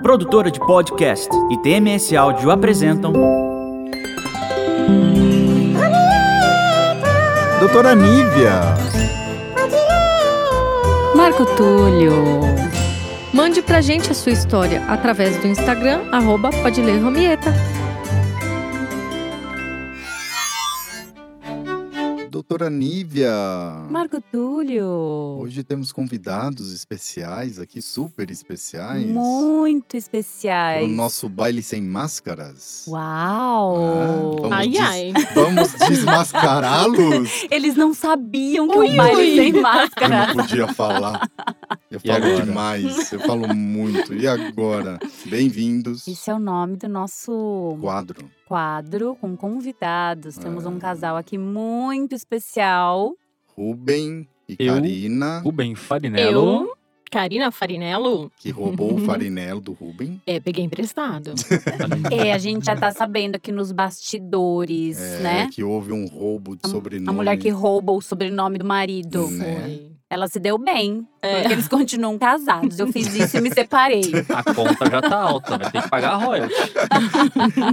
produtora de podcast e TMS Áudio apresentam Doutora Nívia. Marco Túlio. Mande pra gente a sua história através do Instagram, arroba Padileiro Romieta. Doutora Nívia. Marco Túlio. Hoje temos convidados especiais aqui, super especiais. Muito Para o especiais. nosso baile sem máscaras. Uau! Ah, Ai, Vamos ai. Vamos desmascará-los? Eles não sabiam que Ui, o baile ui. sem Eu não máscara. podia falar. Eu E falo agora? demais, eu falo muito. E agora? Bem-vindos. Esse é o nome do nosso Quadro. quadro com convidados. Temos Ah. um casal aqui muito especial. Rubem e Eu? Karina, Rubem Farinello. Eu, Karina Farinello, que roubou o farinelo do Rubem. é, peguei emprestado. É, a gente já tá sabendo aqui nos bastidores, É, né? Que houve um roubo de sobrenome. A mulher que rouba o sobrenome do marido. Né? Então, Foi. Ela se deu bem. É. Porque eles continuam casados. Eu fiz isso e me separei. A conta já tá alta, vai ter que pagar a royalties.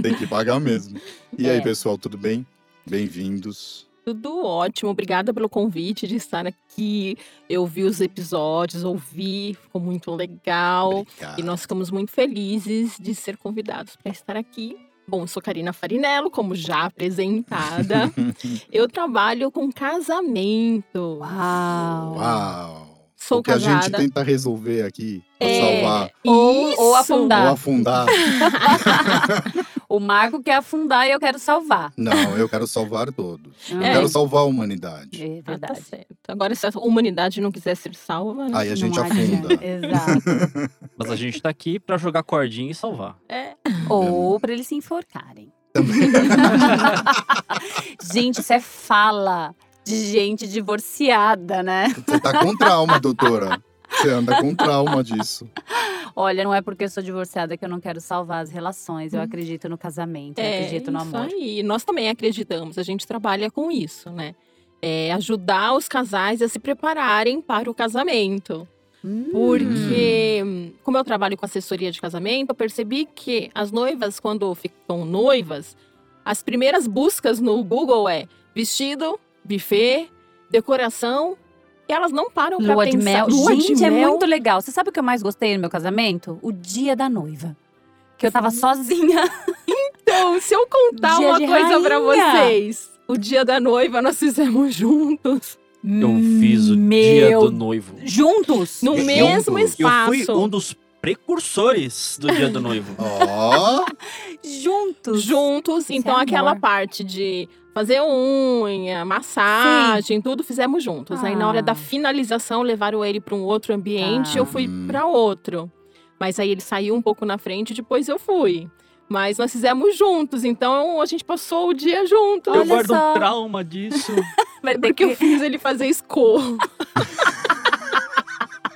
Tem que pagar mesmo. E aí, É. pessoal, tudo bem? Bem-vindos. Tudo ótimo, obrigada pelo convite de estar aqui. Eu vi os episódios, ouvi, ficou muito legal. E Obrigado. nós ficamos muito felizes de ser convidados para estar aqui. Bom, eu sou Karina Farinello, como já apresentada. eu trabalho com casamento. Uau! Uau! Sou o que a gente casada. tenta resolver aqui, pra É, salvar Ou- ou isso! afundar. Tá. ou afundar. O Marco quer afundar e eu quero salvar. Não, eu quero salvar todos. Eu É. quero salvar a humanidade. É Ah, tá verdade. certo. Agora, se a humanidade não quiser ser salva, né? Aí a gente Não afunda. adianta. Exato. Mas a gente tá aqui pra jogar cordinha e salvar. É. Ou pra eles se enforcarem. gente, isso é fala de gente divorciada, né? Você tá com trauma, doutora. Você anda com trauma disso. Olha, não é porque eu sou divorciada que eu não quero salvar as relações. Eu acredito no casamento, eu acredito no Hum. É, isso amor. aí. Nós também acreditamos, a gente trabalha com isso, né? É ajudar os casais a se prepararem para o casamento. Hum. Porque, como eu trabalho com assessoria de casamento, eu percebi que as noivas, quando ficam noivas, as primeiras buscas no Google é vestido, buffet, decoração. E elas não param para Lua pensar. de mel. Lua de gente, é mel. muito legal. Você sabe o que eu mais gostei no meu casamento? O dia da noiva. Que eu Hum. tava sozinha. Então, se eu contar Dia uma de coisa pra rainha. vocês, o dia da noiva nós fizemos juntos, Eu fiz o dia do noivo. Juntos? no Juntos. mesmo Eu fui espaço. um dos precursores do dia do noivo. Ó, Juntos. Juntos, Isso então é aquela amor. parte de fazer unha, massagem, tudo fizemos juntos. Aí na hora Ah. da finalização levaram ele pra um outro ambiente, Ah. eu fui Hum. pra outro. Mas aí ele saiu um pouco na frente, depois eu fui. Mas nós fizemos juntos, então a gente passou o dia juntos. eu Olha guardo só. um trauma disso. Vai ter Porque eu fiz ele fazer escorro.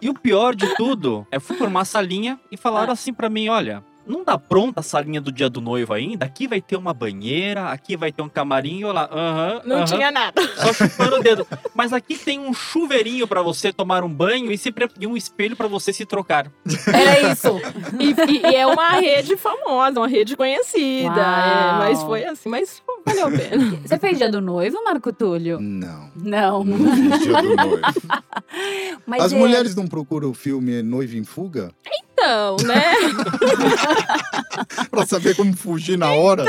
e o pior de tudo é fui formar a salinha e falaram Ah. assim pra mim, olha, não tá pronta a salinha do dia do noivo ainda? Aqui vai ter uma banheira, aqui vai ter um camarim, e eu lá, aham, Não aham", tinha nada. só chupando o dedo. Mas aqui tem um chuveirinho pra você tomar um banho e, se pre- e um espelho pra você se trocar. Era isso. E, e- e é uma rede famosa, uma rede conhecida. é, Uau. mas foi assim, mas valeu a pena. Você fez dia do noivo, Marco Túlio? não. Não. Não fiz dia do noivo. Mas As é- mulheres não procuram o filme Noiva em Fuga? Então, né? Pra saber como fugir na hora?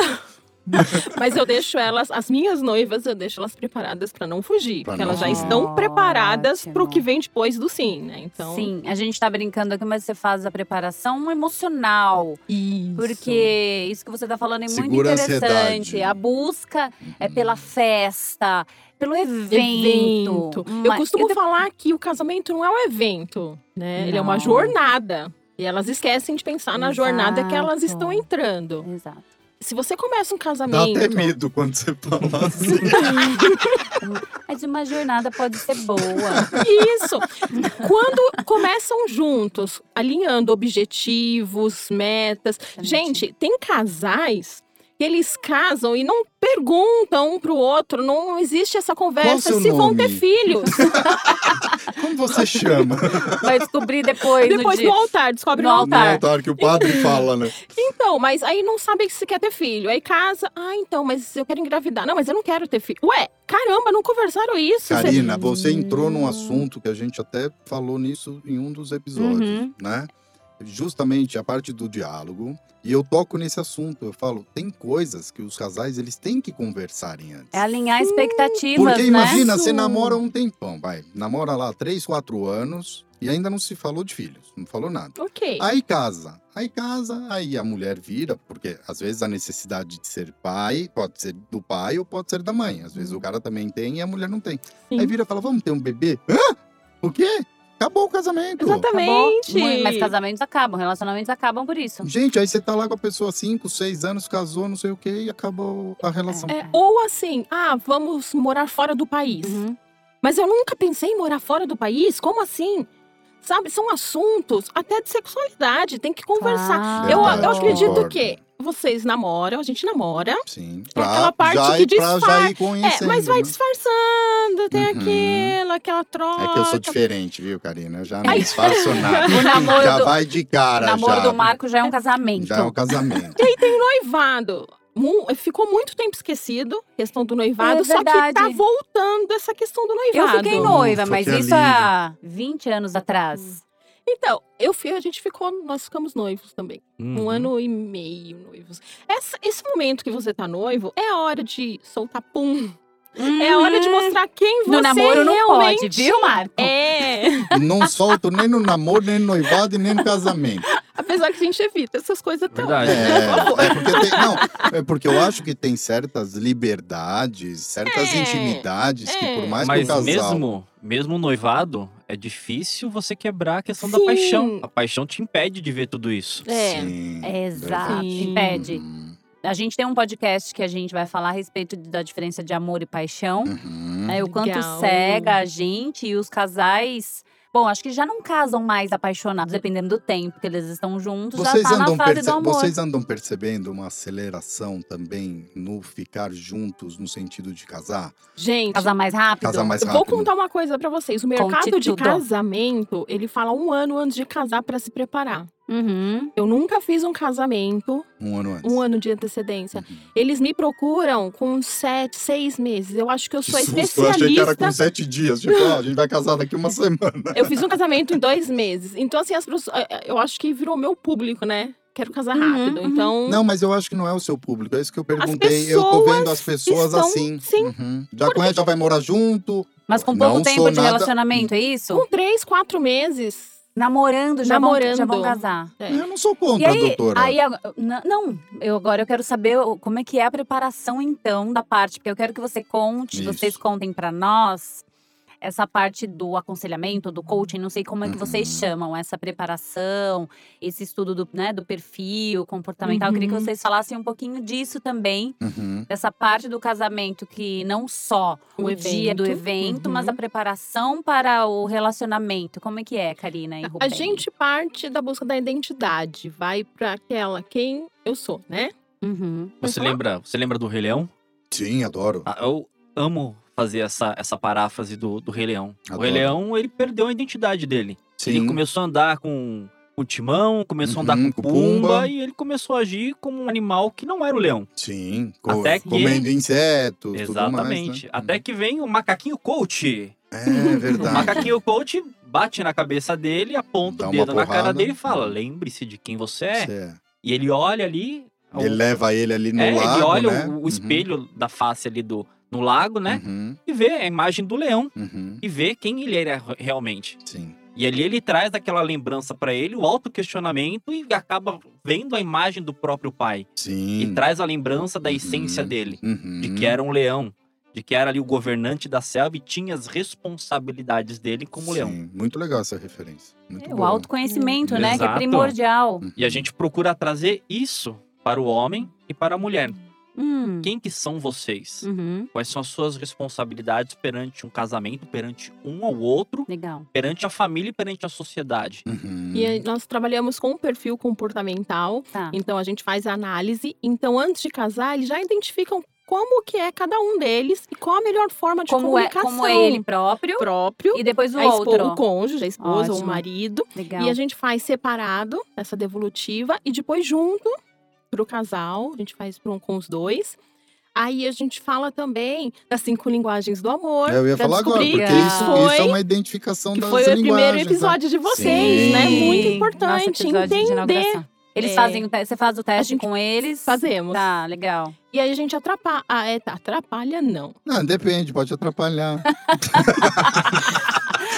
Mas eu deixo elas, as minhas noivas, eu deixo elas preparadas pra não fugir. Pra porque não elas já fugir. estão preparadas Ótimo. pro que vem depois do sim, né? Então. Sim, a gente tá brincando aqui, mas você faz a preparação emocional. Isso. Porque isso que você tá falando é muito Segura a interessante. ansiedade. A busca é pela festa, pelo evento. Evento. Mas- Eu costumo te- falar que o casamento não é um evento, né? Ele é Não. uma jornada. E elas esquecem de pensar na jornada que elas Exato. estão entrando. Exato. Se você começa um Dá até casamento. medo quando você fala assim. Mas uma jornada pode ser boa. Isso! Quando começam juntos, alinhando objetivos, metas. Gente, tem casais que eles casam e não perguntam um pro outro, não existe essa Qual o conversa seu se vão ter nome? filhos. Como você chama? Vai descobrir depois, Depois no no dia. altar, descobre no No altar. No altar né, que o padre fala, né? Então, mas aí não sabe se quer ter filho. Aí casa, ah, então, mas eu quero engravidar. Não, mas eu não quero ter filho. Ué, caramba, não conversaram isso. Cê- Karina, você entrou num assunto que a gente até falou nisso em um dos episódios, Uhum. né? Justamente a parte do diálogo. E eu toco nesse assunto. Eu falo, tem coisas que os casais eles têm que conversarem antes. É alinhar expectativas, Porque imagina, né? você namora um tempão, vai. Namora lá três, quatro anos e ainda não se falou de filhos, não falou nada. Ok. Aí casa, aí casa, aí a mulher vira, porque às vezes a necessidade de ser pai pode ser do pai ou pode ser da mãe. Às vezes o cara também tem e a mulher não tem. Uhum. Sim. Aí vira e fala: vamos ter um bebê? Hã? O quê? Acabou o casamento. Exatamente. Muito, Tá mas casamentos acabam, relacionamentos acabam por isso. Gente, aí você tá lá com a pessoa há 5, 6 anos, casou, não sei o quê, e acabou a relação. É, ou assim, ah, vamos morar fora do país. Uhum. Mas eu nunca pensei em morar fora do país. Como assim? Sabe, são assuntos até de sexualidade, tem que conversar. Claro. Eu, Verdade, eu acredito concordo. que vocês namoram, a gente namora. Sim. aquela parte já, que ir- pra já disfar- ir conhecendo. É, mas vai né? disfarçando, tem Uhum. aquilo, aquela troca. É que eu sou diferente, viu, Karina? Eu já não Ai. disfarço nada. O namoro já do- vai de O cara, namoro já. do Marco já é um casamento. Já é um casamento. noivado. Mu- Ficou muito tempo esquecido, questão do noivado, É só que tá verdade. voltando essa questão do Eu noivado. fiquei noiva, Ufa, mas que isso há 20 anos atrás. Então, eu fui, a gente ficou, nós ficamos noivos também. Um Uhum. ano e meio noivos. Essa- esse momento que você tá noivo é a hora de soltar pum. É a hora de mostrar quem você No namoro não realmente pode, viu, Marco? É. não solto nem no namoro, nem no noivado e nem no casamento. Apesar que a gente evita essas coisas tão. Verdade. É, é porque tem- não, é porque eu acho que tem certas liberdades, certas É, intimidades que por é. mais Mas que o casal mesmo, mesmo noivado, é difícil você quebrar a questão da Sim. paixão. A paixão te impede de ver tudo isso. É. Sim, Exato. verdade. Sim. Impede. Uhum, A gente tem um podcast que a gente vai falar a respeito de- da diferença de amor e paixão. uhum. né? O quanto Legal. cega a gente e os casais. Bom, acho que já não casam mais apaixonados, dependendo do tempo que eles estão juntos, Vocês, já tá na andam fase perce- do amor. vocês andam percebendo uma aceleração também no ficar juntos no sentido de casar? Gente, Casar mais rápido. Casar mais eu rápido? vou contar uma coisa pra vocês. O Conte mercado de tudo. casamento, ele fala um ano antes de casar pra se preparar. Uhum. Eu nunca fiz um casamento Um ano antes. um ano de antecedência. Uhum. Eles me procuram com sete, seis meses. Eu acho que eu Que sou susto, eu achei que era com especialista. sete dias. Tipo, ó, a gente vai casar daqui uma semana. Eu fiz um casamento em dois meses. Então, assim, as pessoas, eu acho que virou meu público, né? Quero casar Uhum, rápido. uhum. Então, Não, mas eu acho que não é o seu público. É isso que eu perguntei. Eu tô vendo as pessoas estão- assim. sim. Uhum. Já conhece, já vai morar junto. Mas com Não pouco sou tempo de nada- relacionamento, é isso? com três, quatro meses. Namorando, já, Vão, já Namorando. vão casar. É. Eu não sou E contra, aí, doutora. aí ag- n- não, eu agora eu quero saber o- como é que é a preparação então da parte, porque eu quero que você conte, Isso. vocês contem pra nós essa parte do aconselhamento, do coaching, não sei como é que vocês Uhum. chamam essa preparação, esse estudo do, né, do perfil comportamental. Eu queria que Uhum. vocês falassem um pouquinho disso também, Uhum. dessa parte do casamento que não só o, O dia do evento, mas a Uhum. preparação para o relacionamento. Como é que é, Karina e A Rubem? gente parte da busca da identidade, vai pra aquela quem eu sou, né? Uhum. Você falar? lembra, você lembra do Rei Leão? Sim, adoro. Ah, Eu amo fazer essa, essa paráfrase do, do Rei Leão. O Rei Adoro. Leão, ele perdeu a identidade dele. Sim. Ele começou a andar com com o Timão, começou a Uhum, andar com com o Pumba. Pumba, e ele começou a agir como um animal que não era o leão. Sim, co- Até que- comendo insetos, Exatamente. tudo mais, né? Até que vem o macaquinho coach. É O verdade. macaquinho coach bate na cabeça dele, aponta Dá o uma dedo na porrada. cara dele e fala: Hum. lembre-se de quem você é. Isso é. E ele olha ali. o- Ele leva ele ali no é, ele lago, olha né? o- o, Uhum, espelho da face ali do, no lago, né? Uhum, E vê a imagem do leão. uhum, E vê quem ele era re- realmente. Sim. E ali ele traz aquela lembrança pra ele, o autoquestionamento, e acaba vendo a imagem do próprio pai. Sim. E traz a lembrança da essência Uhum. dele, Uhum, de que era um leão. De que era ali o governante da selva e tinha as responsabilidades dele como leão. Sim, Muito legal essa referência. Muito É, boa. o autoconhecimento, né? Que é Exato. primordial. Uhum. E a gente procura trazer isso para o homem e para a mulher. Hum. Quem que são vocês? Uhum. Quais são as suas responsabilidades perante um casamento, perante um ao outro, Legal. perante a família e perante a sociedade? Uhum. E aí nós trabalhamos com um perfil comportamental, Tá. então a gente faz a análise. Então, antes de casar, eles já identificam como que é cada um deles e qual a melhor forma de Como é, comunicação. como é ele próprio próprio, e depois o a espo- outro. o cônjuge, a esposa ou Ótimo. o marido. Legal. E a gente faz separado, essa devolutiva, e depois junto pro casal, a gente faz pro- um com os dois. Aí a gente fala também das cinco linguagens do amor. Eu ia pra falar agora, descobrir porque que isso, foi, isso é uma identificação que das foi o linguagens. primeiro né? episódio de vocês, Sim. né? Muito Sim. Nossa, importante episódio de entender. inauguração. Eles É. fazem o teste, você faz o teste gente com eles? Fazemos. Tá, legal. E aí a gente atrapalha. Ah, é, tá, atrapalha não. Não, Ah, depende, pode atrapalhar.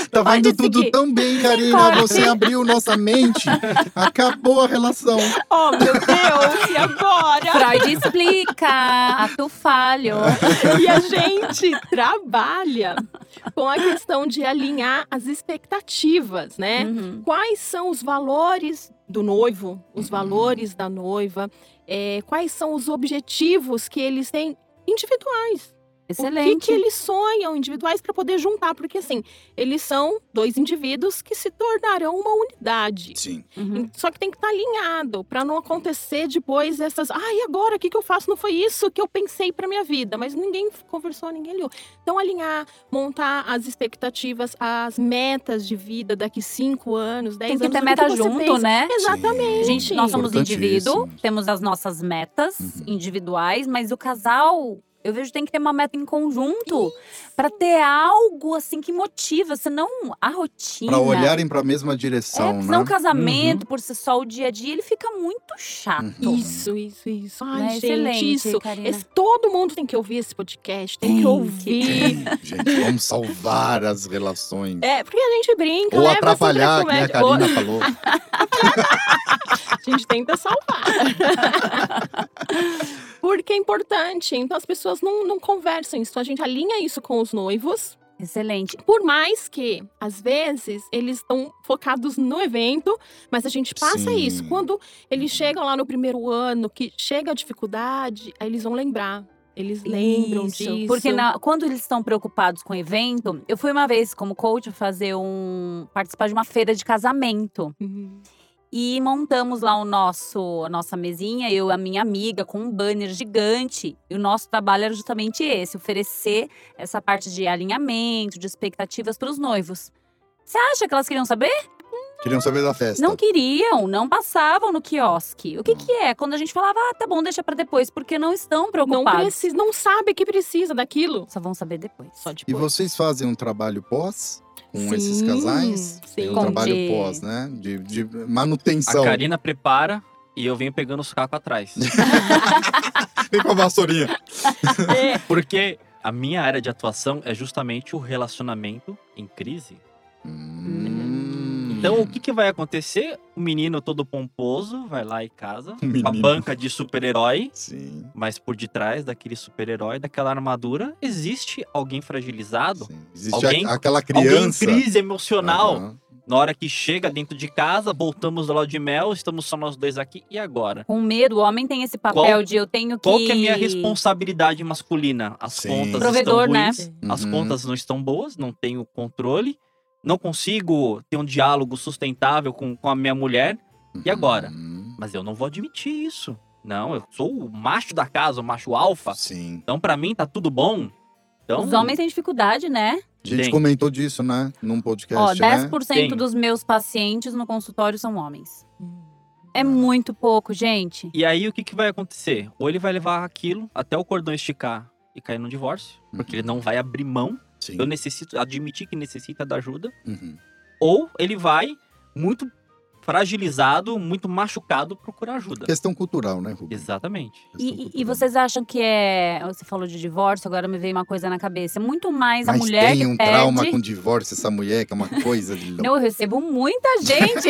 tá Pode vendo tudo seguir. tão bem, Karina. corte. Você abriu nossa mente. Acabou a relação. Oh, meu Deus, e agora? Freud explica, ato falho. E a gente trabalha com a questão de alinhar as expectativas, né? Uhum. quais são os valores do noivo, os valores da noiva, é, quais são os objetivos que eles têm individuais. O que, Excelente. que eles sonham individuais para poder juntar, porque assim, eles são dois indivíduos que se tornarão uma unidade. Sim. Uhum. Só que tem que estar alinhado para não acontecer depois essas. Ah, e agora? O que, que eu faço? Não foi isso que eu pensei para minha vida. Mas ninguém conversou, ninguém leu. Então, alinhar, montar as expectativas, as metas de vida daqui cinco anos, dez Tem anos. que ter o meta você junto, pensa. né? Exatamente. Gente, nós somos Importantíssimo. indivíduo, temos as nossas metas Uhum. individuais, mas o casal, eu vejo, tem que ter uma meta em conjunto pra ter algo assim que motiva, senão a rotina. Pra olharem pra mesma é, direção, senão né? o casamento, por si só, o dia a dia, ele fica muito chato. Uhum. Isso, isso, isso. Ai, Né? gente, Excelente, isso. Karina. Esse- todo mundo tem que ouvir esse podcast, tem, Tem que. que ouvir. Gente, vamos salvar as relações. É, porque a gente brinca, Ou né? leva sempre a atrapalhar, que nem a comédia. Karina falou. A gente tenta salvar. Porque é importante. Então as pessoas não, não conversam isso. Então, A gente alinha isso com os noivos. Excelente. Por mais que, às vezes, eles estão focados no evento, mas a gente passa Sim. Uhum. isso. Quando eles chegam lá no primeiro ano, que chega a dificuldade, aí eles vão lembrar. Eles lembram Isso, disso. Porque na- quando eles estão preocupados com o evento, eu fui uma vez como coach fazer um participar de uma feira de casamento. Uhum. E montamos lá o nosso, a nossa mesinha, eu e a minha amiga, com um banner gigante. E o nosso trabalho era justamente esse: oferecer essa parte de alinhamento, de expectativas para os noivos. Você acha que elas queriam saber? Queriam saber da festa. Não queriam, não passavam no quiosque. O que, que é? Quando a gente falava, ah, tá bom, deixa para depois, porque não estão Não preocupados. precisa, não sabe que precisa daquilo. Só vão saber depois. Só E depois. vocês fazem um trabalho pós com esses Sim, casais? Tem sim. um Com trabalho de- pós, né? De, de A manutenção. Karina prepara e eu venho pegando os cacos atrás. Vem com a vassourinha. Porque a minha área de atuação é justamente o relacionamento em crise. Hum. Então, o que, que vai acontecer? O menino todo pomposo vai lá e casa, com a menino. banca de super-herói, Sim. mas por detrás daquele super-herói, daquela armadura, existe alguém fragilizado, sim. Existe Alguém- a- aquela alguém em criança. crise emocional. Aham. Na hora que chega dentro de casa, voltamos do lado de mel, estamos só nós dois aqui, e agora? Com medo, o homem tem esse papel Qual- de eu tenho que. Qual que é a minha responsabilidade masculina? As Sim. contas Provedor, estão né? ruins, as Uhum. contas não estão boas, não tenho controle, não consigo ter um diálogo sustentável com, com a minha mulher, E agora? Uhum. mas eu não vou admitir isso. Não, eu sou o macho da casa, o macho alfa. Sim. Então, pra mim, tá tudo bom. Então, Os homens têm dificuldade, né? A gente Tem. comentou disso, né? Num podcast, Ó, né? 10% Tem. dos meus pacientes no consultório são homens. É muito pouco, gente. E aí, o que, que vai acontecer? Ou ele vai levar aquilo até o cordão esticar e cair no divórcio, porque Uhum. ele não vai abrir mão. Sim. Eu necessito admitir que necessita da ajuda. Uhum. Ou ele vai muito fragilizado, muito machucado procurar ajuda. Questão cultural, né, Rubens? Exatamente. Questão E- E, e cultural. vocês acham que é. Você falou de divórcio, agora me veio uma coisa na cabeça. É Muito mais Mas a mulher. tem que um perde... trauma com divórcio, essa mulher, que é uma coisa de louco. Não, eu recebo muita gente.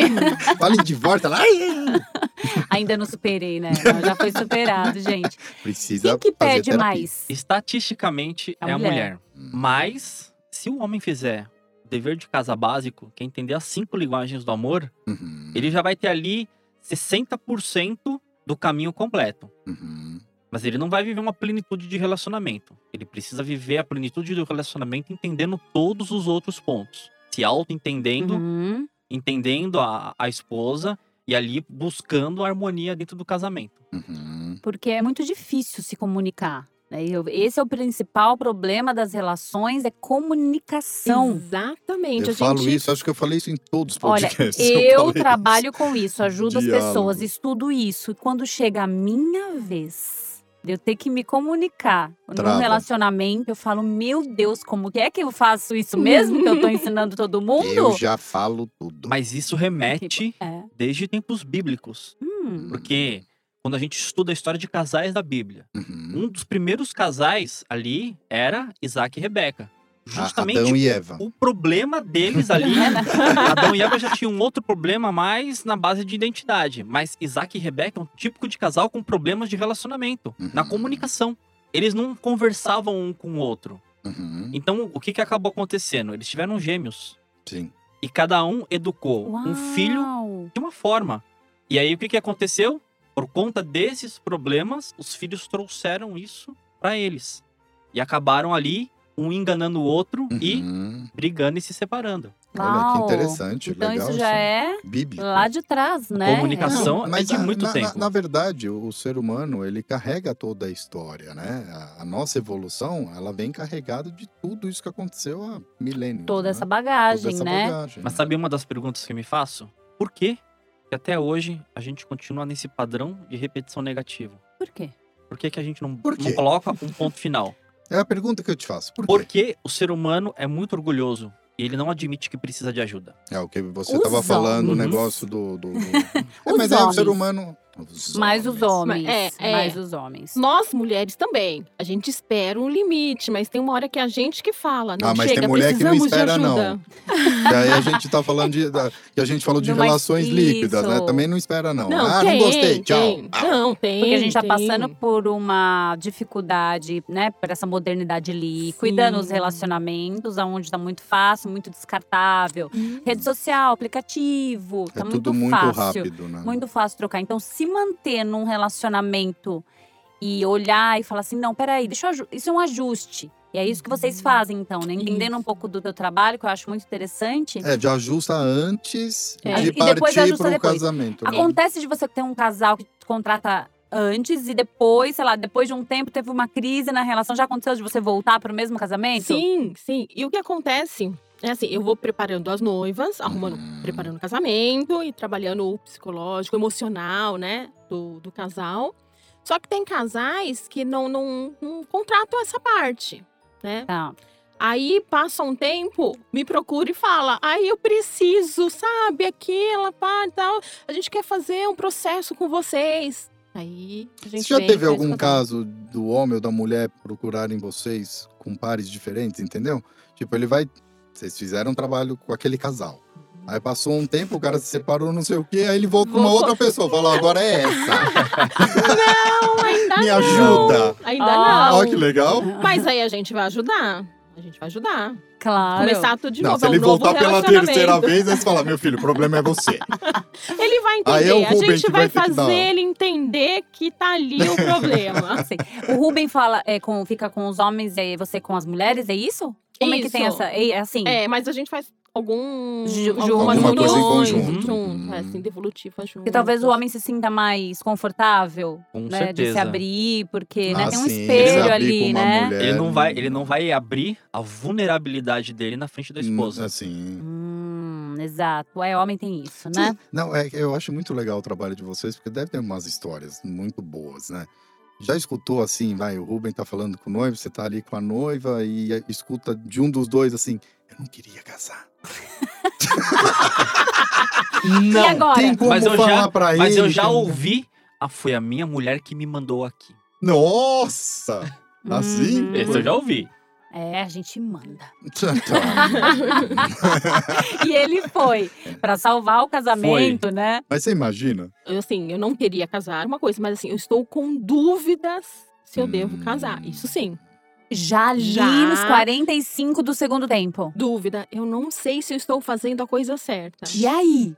Fala em divórcio, ela... Ai, ai. Ainda não superei, né? Não, já foi superado, gente. Precisa Quem que fazer perde terapia. mais? Estatisticamente A é a mulher. mulher. Hum. Mas, se o homem fizer o dever de casa básico, que é entender as cinco linguagens do amor, Uhum, ele já vai ter ali 60% do caminho completo. uhum. Mas ele não vai viver uma plenitude de relacionamento. Ele precisa viver a plenitude do relacionamento entendendo todos os outros pontos. Se auto-entendendo, Uhum. entendendo a, a esposa e ali buscando a harmonia dentro do casamento. Uhum. Porque é muito difícil se comunicar. né? E eu- Esse é o principal problema das relações, é comunicação. Exatamente. Eu a falo gente... isso, acho que eu falei isso em todos os Olha, podcasts. Eu falei isso. trabalho com isso, ajudo as Diálogo. pessoas, estudo isso. E quando chega a minha vez de eu ter que me comunicar Trava. num relacionamento, eu falo, meu Deus, como que é que eu faço isso mesmo que eu tô ensinando todo mundo? Eu já falo tudo. Mas isso remete É. desde tempos bíblicos. Uhum. Hum. Porque quando a gente estuda a história de casais da Bíblia, Uhum. um dos primeiros casais ali era Isaac e Rebeca. A- Justamente Adão e Eva. o problema deles ali. Adão e Eva já tinham um outro problema mais na base de identidade. Mas Isaac e Rebeca é um típico de casal com problemas de relacionamento, na Uhum. comunicação. Eles não conversavam um com o outro. Uhum. Então, o que, que acabou acontecendo? Eles tiveram gêmeos. Sim. E cada um educou um filho Uau! de uma forma. E aí, o que, que aconteceu? Por conta desses problemas, os filhos trouxeram isso pra eles. E acabaram ali, um enganando o outro e Uhum. brigando e se separando. Olha que Uau. interessante. Então legal assim, isso já é Bíblico. lá de trás, né? Comunicação. é de a- muito na, tempo. Na, na verdade, o, o ser humano, ele carrega toda a história, né? A, a nossa evolução, ela vem carregada de tudo isso que aconteceu há milênios. Toda né? essa bagagem, Toda essa né? bagagem, Mas né? sabe uma das perguntas que eu me faço? Por quê que até hoje a gente continua nesse padrão de repetição negativa? Por quê? Por que, que a gente não, Por não quê? coloca um ponto final? É a pergunta que eu te faço. Por quê? Porque o ser humano é muito orgulhoso e ele não admite que precisa de ajuda. É o que você Os estava falando, o homens. negócio do. do, do- É, Os mas aí o ser homens. humano. mais os homens. Mas- é, é. Mais os homens. Nós, mulheres, também. A gente espera um limite, mas tem uma hora que a gente que fala. Não, Ah, mas chega, tem mulher que não precisamos espera, de ajuda. não. E aí a gente tá falando de. da- que a gente falou de Não, mas relações líquidas, né? isso. Também não espera, não. Não, ah, tem, não gostei. Tchau. tem. Ah, Não, tem. Porque a gente tá tem. passando por uma dificuldade, né? Por essa modernidade líquida Sim. nos relacionamentos, onde tá muito fácil, muito descartável. Rede social, aplicativo, é tá tudo muito, muito fácil. rápido, né? Muito fácil trocar. Então, se manter num relacionamento e olhar e falar assim, não, peraí, deixa eu aju- isso é um ajuste. E é isso que vocês fazem, então, né? Entendendo um pouco do teu trabalho, que eu acho muito interessante. É, já ajusta antes É. de E depois partir ajusta para o depois. casamento. né? Acontece de você ter um casal que te contrata antes e depois, sei lá, depois de um tempo teve uma crise na relação. Já aconteceu de você voltar pro mesmo casamento? Sim, sim. E o que acontece é assim, eu vou preparando as noivas, arrumando, Hum. preparando o casamento e trabalhando o psicológico, emocional, né, do, do casal. Só que tem casais que não, não, não contratam essa parte, né? Tá. Aí passa um tempo, me procura e fala: aí eu preciso, sabe, aquela pá e tal. A gente quer fazer um processo com vocês. Aí a gente Você já vem, teve faz algum o casamento. caso do homem ou da mulher procurarem vocês com pares diferentes, entendeu? Tipo, ele vai. Vocês fizeram um trabalho com aquele casal. Aí passou um tempo, o cara se separou, não sei o quê, aí ele volta com uma Voltou. outra pessoa. Falou, agora é essa. Não, ainda Me não. ajuda. Ainda Ah, não. Olha que legal. Mas aí a gente vai ajudar. A gente vai ajudar. Claro. Começar tudo de não, novo. se é um ele novo voltar pela relacionamento. terceira vez, aí você fala, meu filho, o problema é você. Ele vai entender. Aí é o a Rubens gente que vai vai ter que dar. fazer ele entender que tá ali o problema. Assim, o Ruben fala, é, com, fica com os homens e aí você com as mulheres, é isso? Como é que tem Isso. essa? É assim. É, mas a gente faz algum. Ju- algumas Alguma coisa em reuniões conjunto. junto, é, Uhum. assim, devolutiva junto. Que talvez o homem se sinta mais confortável, Com né? De se certeza. abrir, porque né, Ah, tem um sim, ele espelho abrir com ali, uma né? mulher, Ele não vai, ele não vai abrir a vulnerabilidade dele na frente da esposa. Hum, Assim. Hum, exato. É, homem tem isso, né? Não, é, que eu acho muito legal o trabalho de vocês, porque deve ter umas histórias muito boas, né? Já escutou assim, vai, o Rubem tá falando com o noivo, você tá ali com a noiva e é, escuta de um dos dois assim, eu não queria casar. E agora? Tem como Mas eu já- falar pra ele. um Mas eu já que- ouvi. Ah, foi a minha mulher que me mandou aqui. Nossa! Assim? Uhum. Esse eu já ouvi. É, a gente manda. Tá, tá. E ele foi pra salvar o casamento, né? Mas você imagina? Eu, assim, eu não queria casar, uma coisa, mas assim, eu estou com dúvidas se eu devo Hum. casar. Isso sim. Já ali Já. nos 45 do segundo tempo. Dúvida, eu não sei se eu estou fazendo a coisa certa. E aí?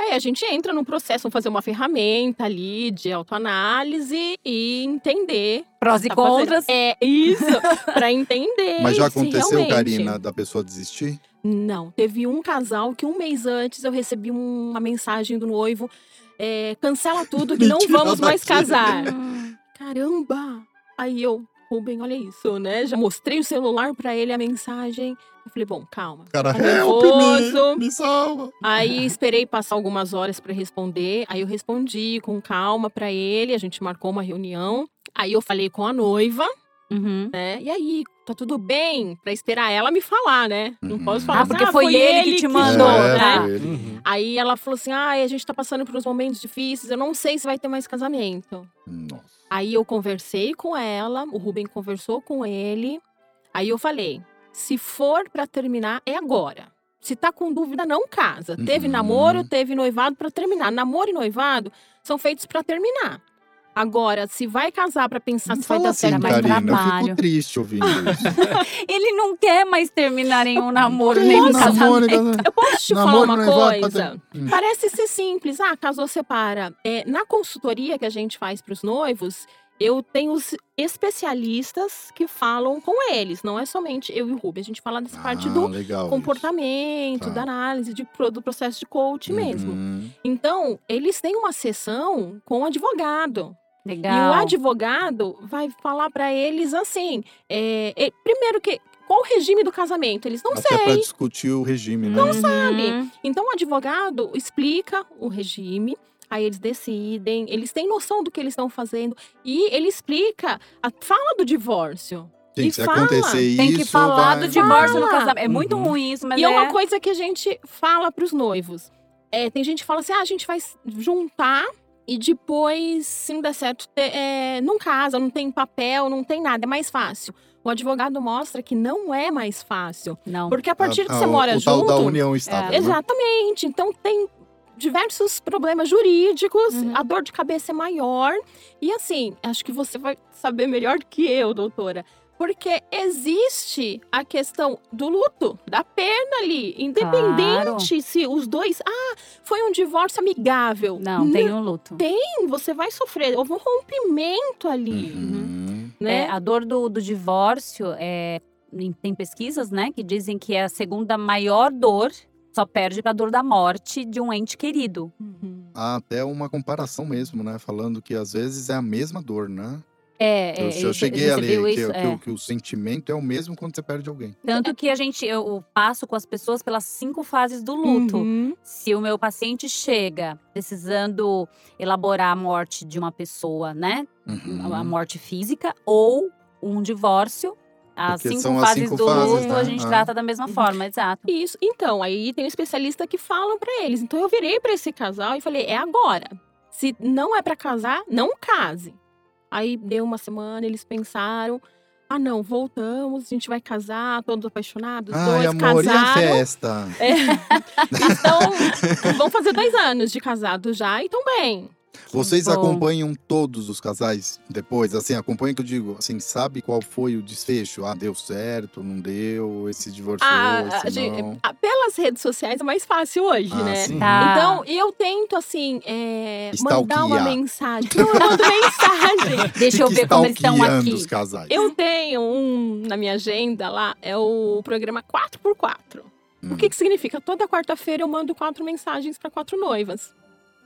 Aí a gente entra num processo, vamos fazer uma ferramenta ali de autoanálise e entender. Prós e tá fazendo- contras. É isso, pra entender. Mas já se aconteceu, realmente- Karina, da pessoa desistir? Não, teve um casal que um mês antes eu recebi um- uma mensagem do noivo: é, cancela tudo que não Mentira, vamos mais Matilde. casar. Hum. Caramba! Aí eu, Rubem, olha isso, né? Já mostrei o celular pra ele, a mensagem. Eu falei: bom, calma. Cara, Tá help me, nervoso. me salva. Aí esperei passar algumas horas pra responder. Aí eu respondi com calma pra ele. A gente marcou uma reunião. Aí eu falei com a noiva, Uhum. né? E aí, tá tudo bem? Pra esperar ela me falar, né? Não Uhum. É. posso falar. Ah, porque foi ele que te mandou, né? né? foi ele. Aí ela falou assim: ah, a gente tá passando por uns momentos difíceis, eu não sei se vai ter mais casamento. Nossa. Aí eu conversei com ela, o Rubem conversou com ele. Aí eu falei: se for pra terminar, é agora. Se tá com dúvida, não casa. Teve Uhum. namoro, teve noivado pra terminar. Namoro e noivado são feitos pra terminar. Agora, se vai casar pra pensar Não se vai fala dar assim, certo, mais Karina, eu fico trabalho. triste ouvindo isso. Ele não quer mais terminar nenhum namoro, nenhum Nossa, casamento. Mônica, eu posso te falar namoro uma noivado, coisa? Hum. Parece ser simples. Ah, casou, separa. É, na consultoria que a gente faz para os noivos, eu tenho os especialistas que falam com eles. Não é somente eu e o Rubem. A gente fala dessa parte Ah, do legal isso. comportamento, Tá. da análise, de, pro- do processo de coaching mesmo. Uhum. Então, eles têm uma sessão com o advogado. E o Legal. advogado vai falar para eles assim: é, é, primeiro que. Qual o regime do casamento? Eles não Até pra sei. discutir o regime, né? Não sabe. Uhum. Então o advogado explica o regime, aí eles decidem, eles têm noção do que eles estão fazendo e ele explica, a, fala do divórcio. Gente, E se fala, acontecer isso, Tem que falar vai- do divórcio no Fala. casamento. É muito Uhum. ruim isso, mas e é... é uma coisa que a gente fala para os noivos. É, tem gente que fala assim, ah, a gente vai s- juntar e depois, se não der certo, te- é, não casa, não tem papel, não tem nada, é mais fácil. O advogado mostra que não é mais fácil, Não. porque a partir que Ah, você o- mora o junto, É, tal da união estável, né? Exatamente. Então tem diversos problemas jurídicos, Uhum. a dor de cabeça é maior. E assim, acho que você vai saber melhor que eu, doutora. Porque existe a questão do luto, da perna ali. Independente se os dois. Ah, foi um divórcio amigável. Né? Não, tem um luto. Não, você vai sofrer. Houve um rompimento ali, Uhum. né? É, a dor do, do divórcio é, em- tem pesquisas, né, que dizem que é a segunda maior dor, só perde para a dor da morte de um ente querido. Uhum. Há até uma comparação mesmo, né? Falando que às vezes é a mesma dor, né? É, eu, é, eu e- cheguei você ali, viu que, isso? que É. o- que o sentimento é o mesmo quando você perde alguém. Tanto que a gente eu passo com as pessoas pelas cinco fases do luto. Uhum. Se o meu paciente chega precisando elaborar a morte de uma pessoa, né, Uhum. a morte física ou um divórcio, as Porque cinco são as fases cinco do fases, luto né? a gente Ah. trata da mesma forma, exato. Isso. Então, aí tem um especialista que falam pra eles. Então eu virei pra esse casal e falei: "É agora. Se não é pra casar, não case". Aí deu uma semana, eles pensaram: "Ah, não, voltamos, a gente vai casar, todos apaixonados, os Ai, dois amor, e a casaram". festa? É. Então, vão fazer dois anos de casado já e tão bem. Vocês bom. acompanham todos os casais depois? Assim, acompanham que eu digo, assim, sabe qual foi o desfecho? Ah, deu certo, não deu, esse divorciou, Ah, a esse gente- não. ah, pelas redes sociais é mais fácil hoje, é Ah, né? sim. Tá. Então, eu tento, assim, é, mandar uma Stalkear. mensagem. Não, eu mando mensagem. Deixa eu Fica ver como eles estão Ah. stalkeando aqui. os casais. Eu tenho um na minha agenda lá, é o programa 4x4. Hum. O que, que significa? Toda quarta-feira eu mando quatro mensagens para quatro noivas.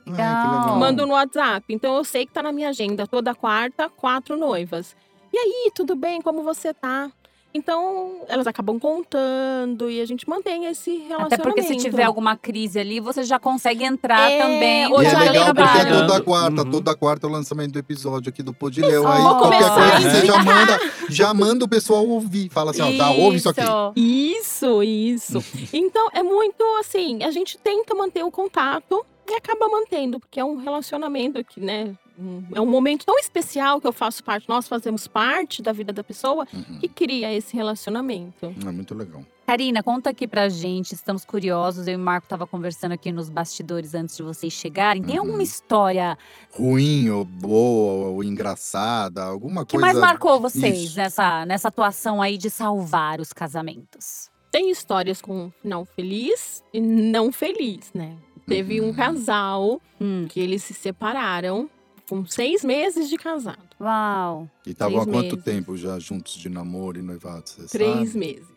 Ai, que legal. Bom. Mando no WhatsApp. Então eu sei que tá na minha agenda toda quarta, quatro noivas. E aí, tudo bem? Como você tá? Então, elas acabam contando e a gente mantém esse relacionamento. Até porque se tiver alguma crise ali, você já consegue entrar É, também. ou E Hoje é já legal porque é trabalho. toda quarta, Uhum. toda quarta é o lançamento do episódio aqui do Podileu. Aí Vou qualquer começar coisa a você já manda, já manda o pessoal ouvir. Fala assim, ó, tá, ouve isso aqui. Isso, isso. então, é muito assim, a gente tenta manter o contato e acaba mantendo, porque é um relacionamento que, né? um- É um momento tão especial que eu faço parte, nós fazemos parte da vida da pessoa Uhum. que cria esse relacionamento. É muito legal. Karina, conta aqui pra gente. Estamos curiosos. Eu e o Marco tava conversando aqui nos bastidores antes de vocês chegarem. Tem Uhum. alguma história Ruim ou boa ou engraçada, alguma que coisa. mais marcou vocês é. Isso. nessa, nessa atuação aí de salvar os casamentos? Tem histórias com final feliz e não feliz, né? Teve um casal Hum, que eles se separaram com seis meses de casado. Uau. E estavam há Três quanto meses. tempo já juntos de namoro e noivado? Você Três sabe? meses.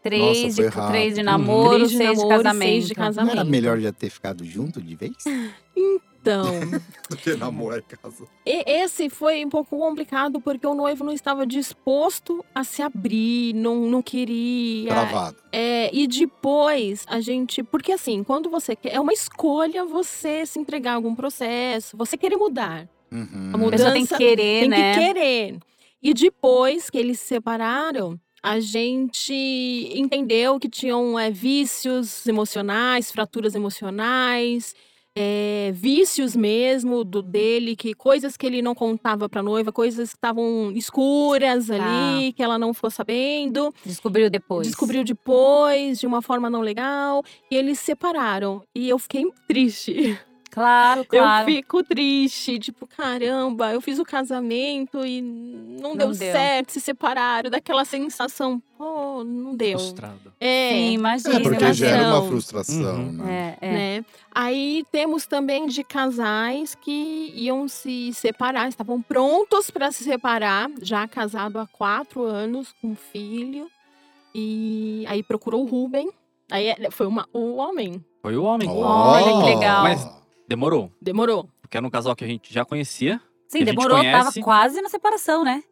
Três, foi de, rápido. três de Hum. namoro, Uhum. Três de seis, namoro e de casamento. seis de Não era casamento. melhor já ter ficado junto de vez? Então, Do que namorar e casar. e- esse foi um pouco complicado porque o noivo não estava disposto a se abrir, não, não queria. Travado. É, e depois a gente. Porque assim, quando você quer. É uma escolha você se entregar a algum processo, você querer mudar. Uhum. A Hum. A pessoa tem que Dança, querer, Tem né? que querer. E depois que eles se separaram, a gente entendeu que tinham é, vícios emocionais, fraturas emocionais, é, vícios mesmo do dele, que coisas que ele não contava pra noiva, coisas que estavam escuras Tá. ali, que ela não ficou sabendo. Descobriu depois. Descobriu depois, de uma forma não legal. E eles se separaram. E eu fiquei triste. Claro, claro. Eu fico triste. Tipo, caramba, eu fiz o casamento e não, Não deu, deu. certo. Se separaram. Daquela sensação, pô, não deu. Frustrado. É, Sim, imagina. É, porque gera uma Frustração. frustração, Uhum. né? É, é. né? Aí temos também de casais que iam se separar, estavam prontos para se separar, já casado há quatro anos, com um filho. E aí procurou o Rubem. Aí é- foi uma, o homem. Foi o É. homem. Olha que legal. Mas- Demorou. Demorou. Porque era um casal que a gente já conhecia. Sim, Que a gente demorou, tava conhece. quase na separação, né?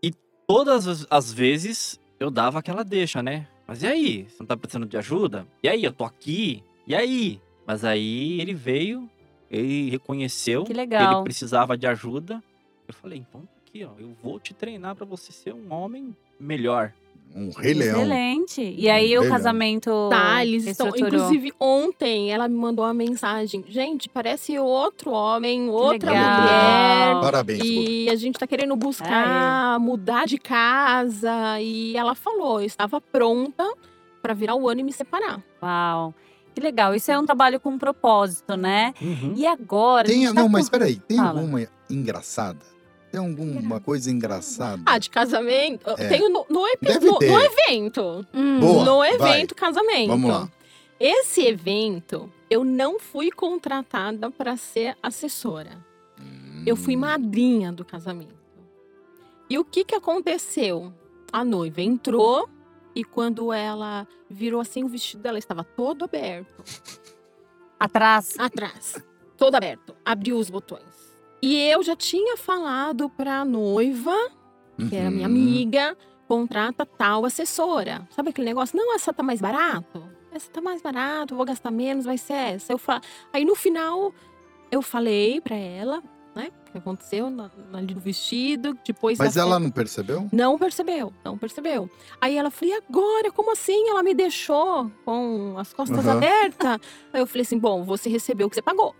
Todas as, as vezes eu dava aquela deixa, né? Mas e aí? Você não tá precisando de ajuda? E aí? Eu tô aqui. E aí? Mas aí ele veio, ele reconheceu Que ele legal. precisava de ajuda. Eu falei, então aqui, ó, eu vou te treinar pra você ser um homem melhor. Um rei leão. Excelente. E aí o Legal. casamento. Tá, eles estão. estruturou. Inclusive, ontem ela me mandou uma mensagem. Gente, parece outro homem, outra legal. mulher. Parabéns, Guga. E a gente tá querendo buscar mudar de casa. E ela falou, eu estava pronta para virar o ano e me separar. Uau. Que legal. Isso é um trabalho com propósito, né? Uhum. E agora. Tem, a gente tá não, mas com- peraí, tem Fala. alguma engraçada? Tem alguma coisa engraçada? Ah, de casamento. É. Tem no, no, epi- Deve no- ter. no evento. Hum, Boa. no vai. evento casamento. Vamos lá. Esse evento, eu não fui contratada para ser assessora. então, Eu Hum. fui madrinha do casamento. E o que que aconteceu? A noiva entrou e quando ela virou assim o vestido dela estava todo aberto, Atrás. atrás, todo aberto. Abriu os botões. E eu já tinha falado para a noiva, que era Uhum. minha amiga, contrata tal assessora. Sabe aquele negócio? Não, essa tá mais barato. Essa tá mais barato, vou gastar menos, vai ser essa. Eu fa... Aí no final eu falei para ela, né, o que aconteceu na- na- ali no vestido, depois Mas da ela não percebeu? não percebeu, não percebeu. Aí ela falou: e agora? Como assim? Ela me deixou com as costas Aham. abertas. Aí eu falei assim: bom, você recebeu o que você pagou.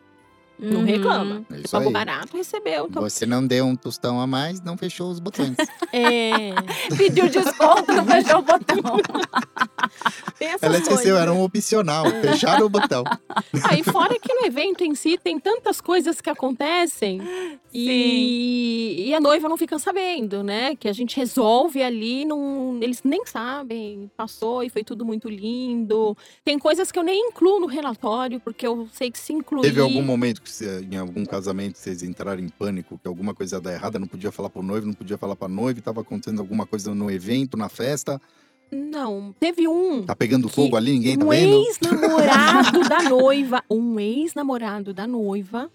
Não Uhum. reclama. É Você isso pagou aí. barato, recebeu. Então, Você não deu um tostão a mais, não fechou os botões. é. Pediu desconto, não fechou o botão. Tem essas ela esqueceu, coisas. né? era um opcional. É. Fecharam o botão. Aí, Ah, fora que no evento em si tem tantas coisas que acontecem e, e a noiva não fica sabendo, né? Que a gente resolve ali, não, eles nem sabem, passou e foi tudo muito lindo. Tem coisas que eu nem incluo no relatório, porque eu sei que se incluir. Teve algum momento que você- em algum casamento vocês entraram em pânico, que alguma coisa ia dar errada, não podia falar pro noivo, não podia falar pra noiva, e tava acontecendo alguma coisa no evento, na festa, Não, teve um. tá pegando Que- fogo ali, ninguém tá um vendo? ex-namorado da noiva, um ex-namorado da noiva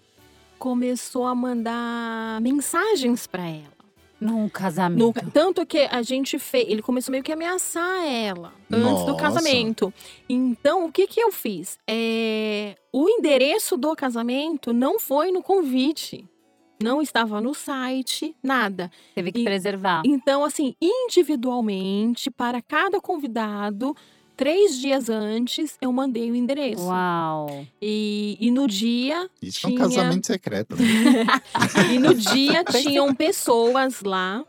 começou a mandar mensagens pra ela. Num casamento. No- tanto que a gente fez. Ele começou meio que a ameaçar ela antes Nossa. do casamento. Então, o que que eu fiz? É, o endereço do casamento não foi no convite. Não estava no site, nada. Teve que E- Ah. preservar. Então, assim, individualmente, para cada convidado, três dias antes, eu mandei o endereço. Uau. E, e no dia Isso é um tinha- casamento secreto. Né? E no dia tinham pessoas lá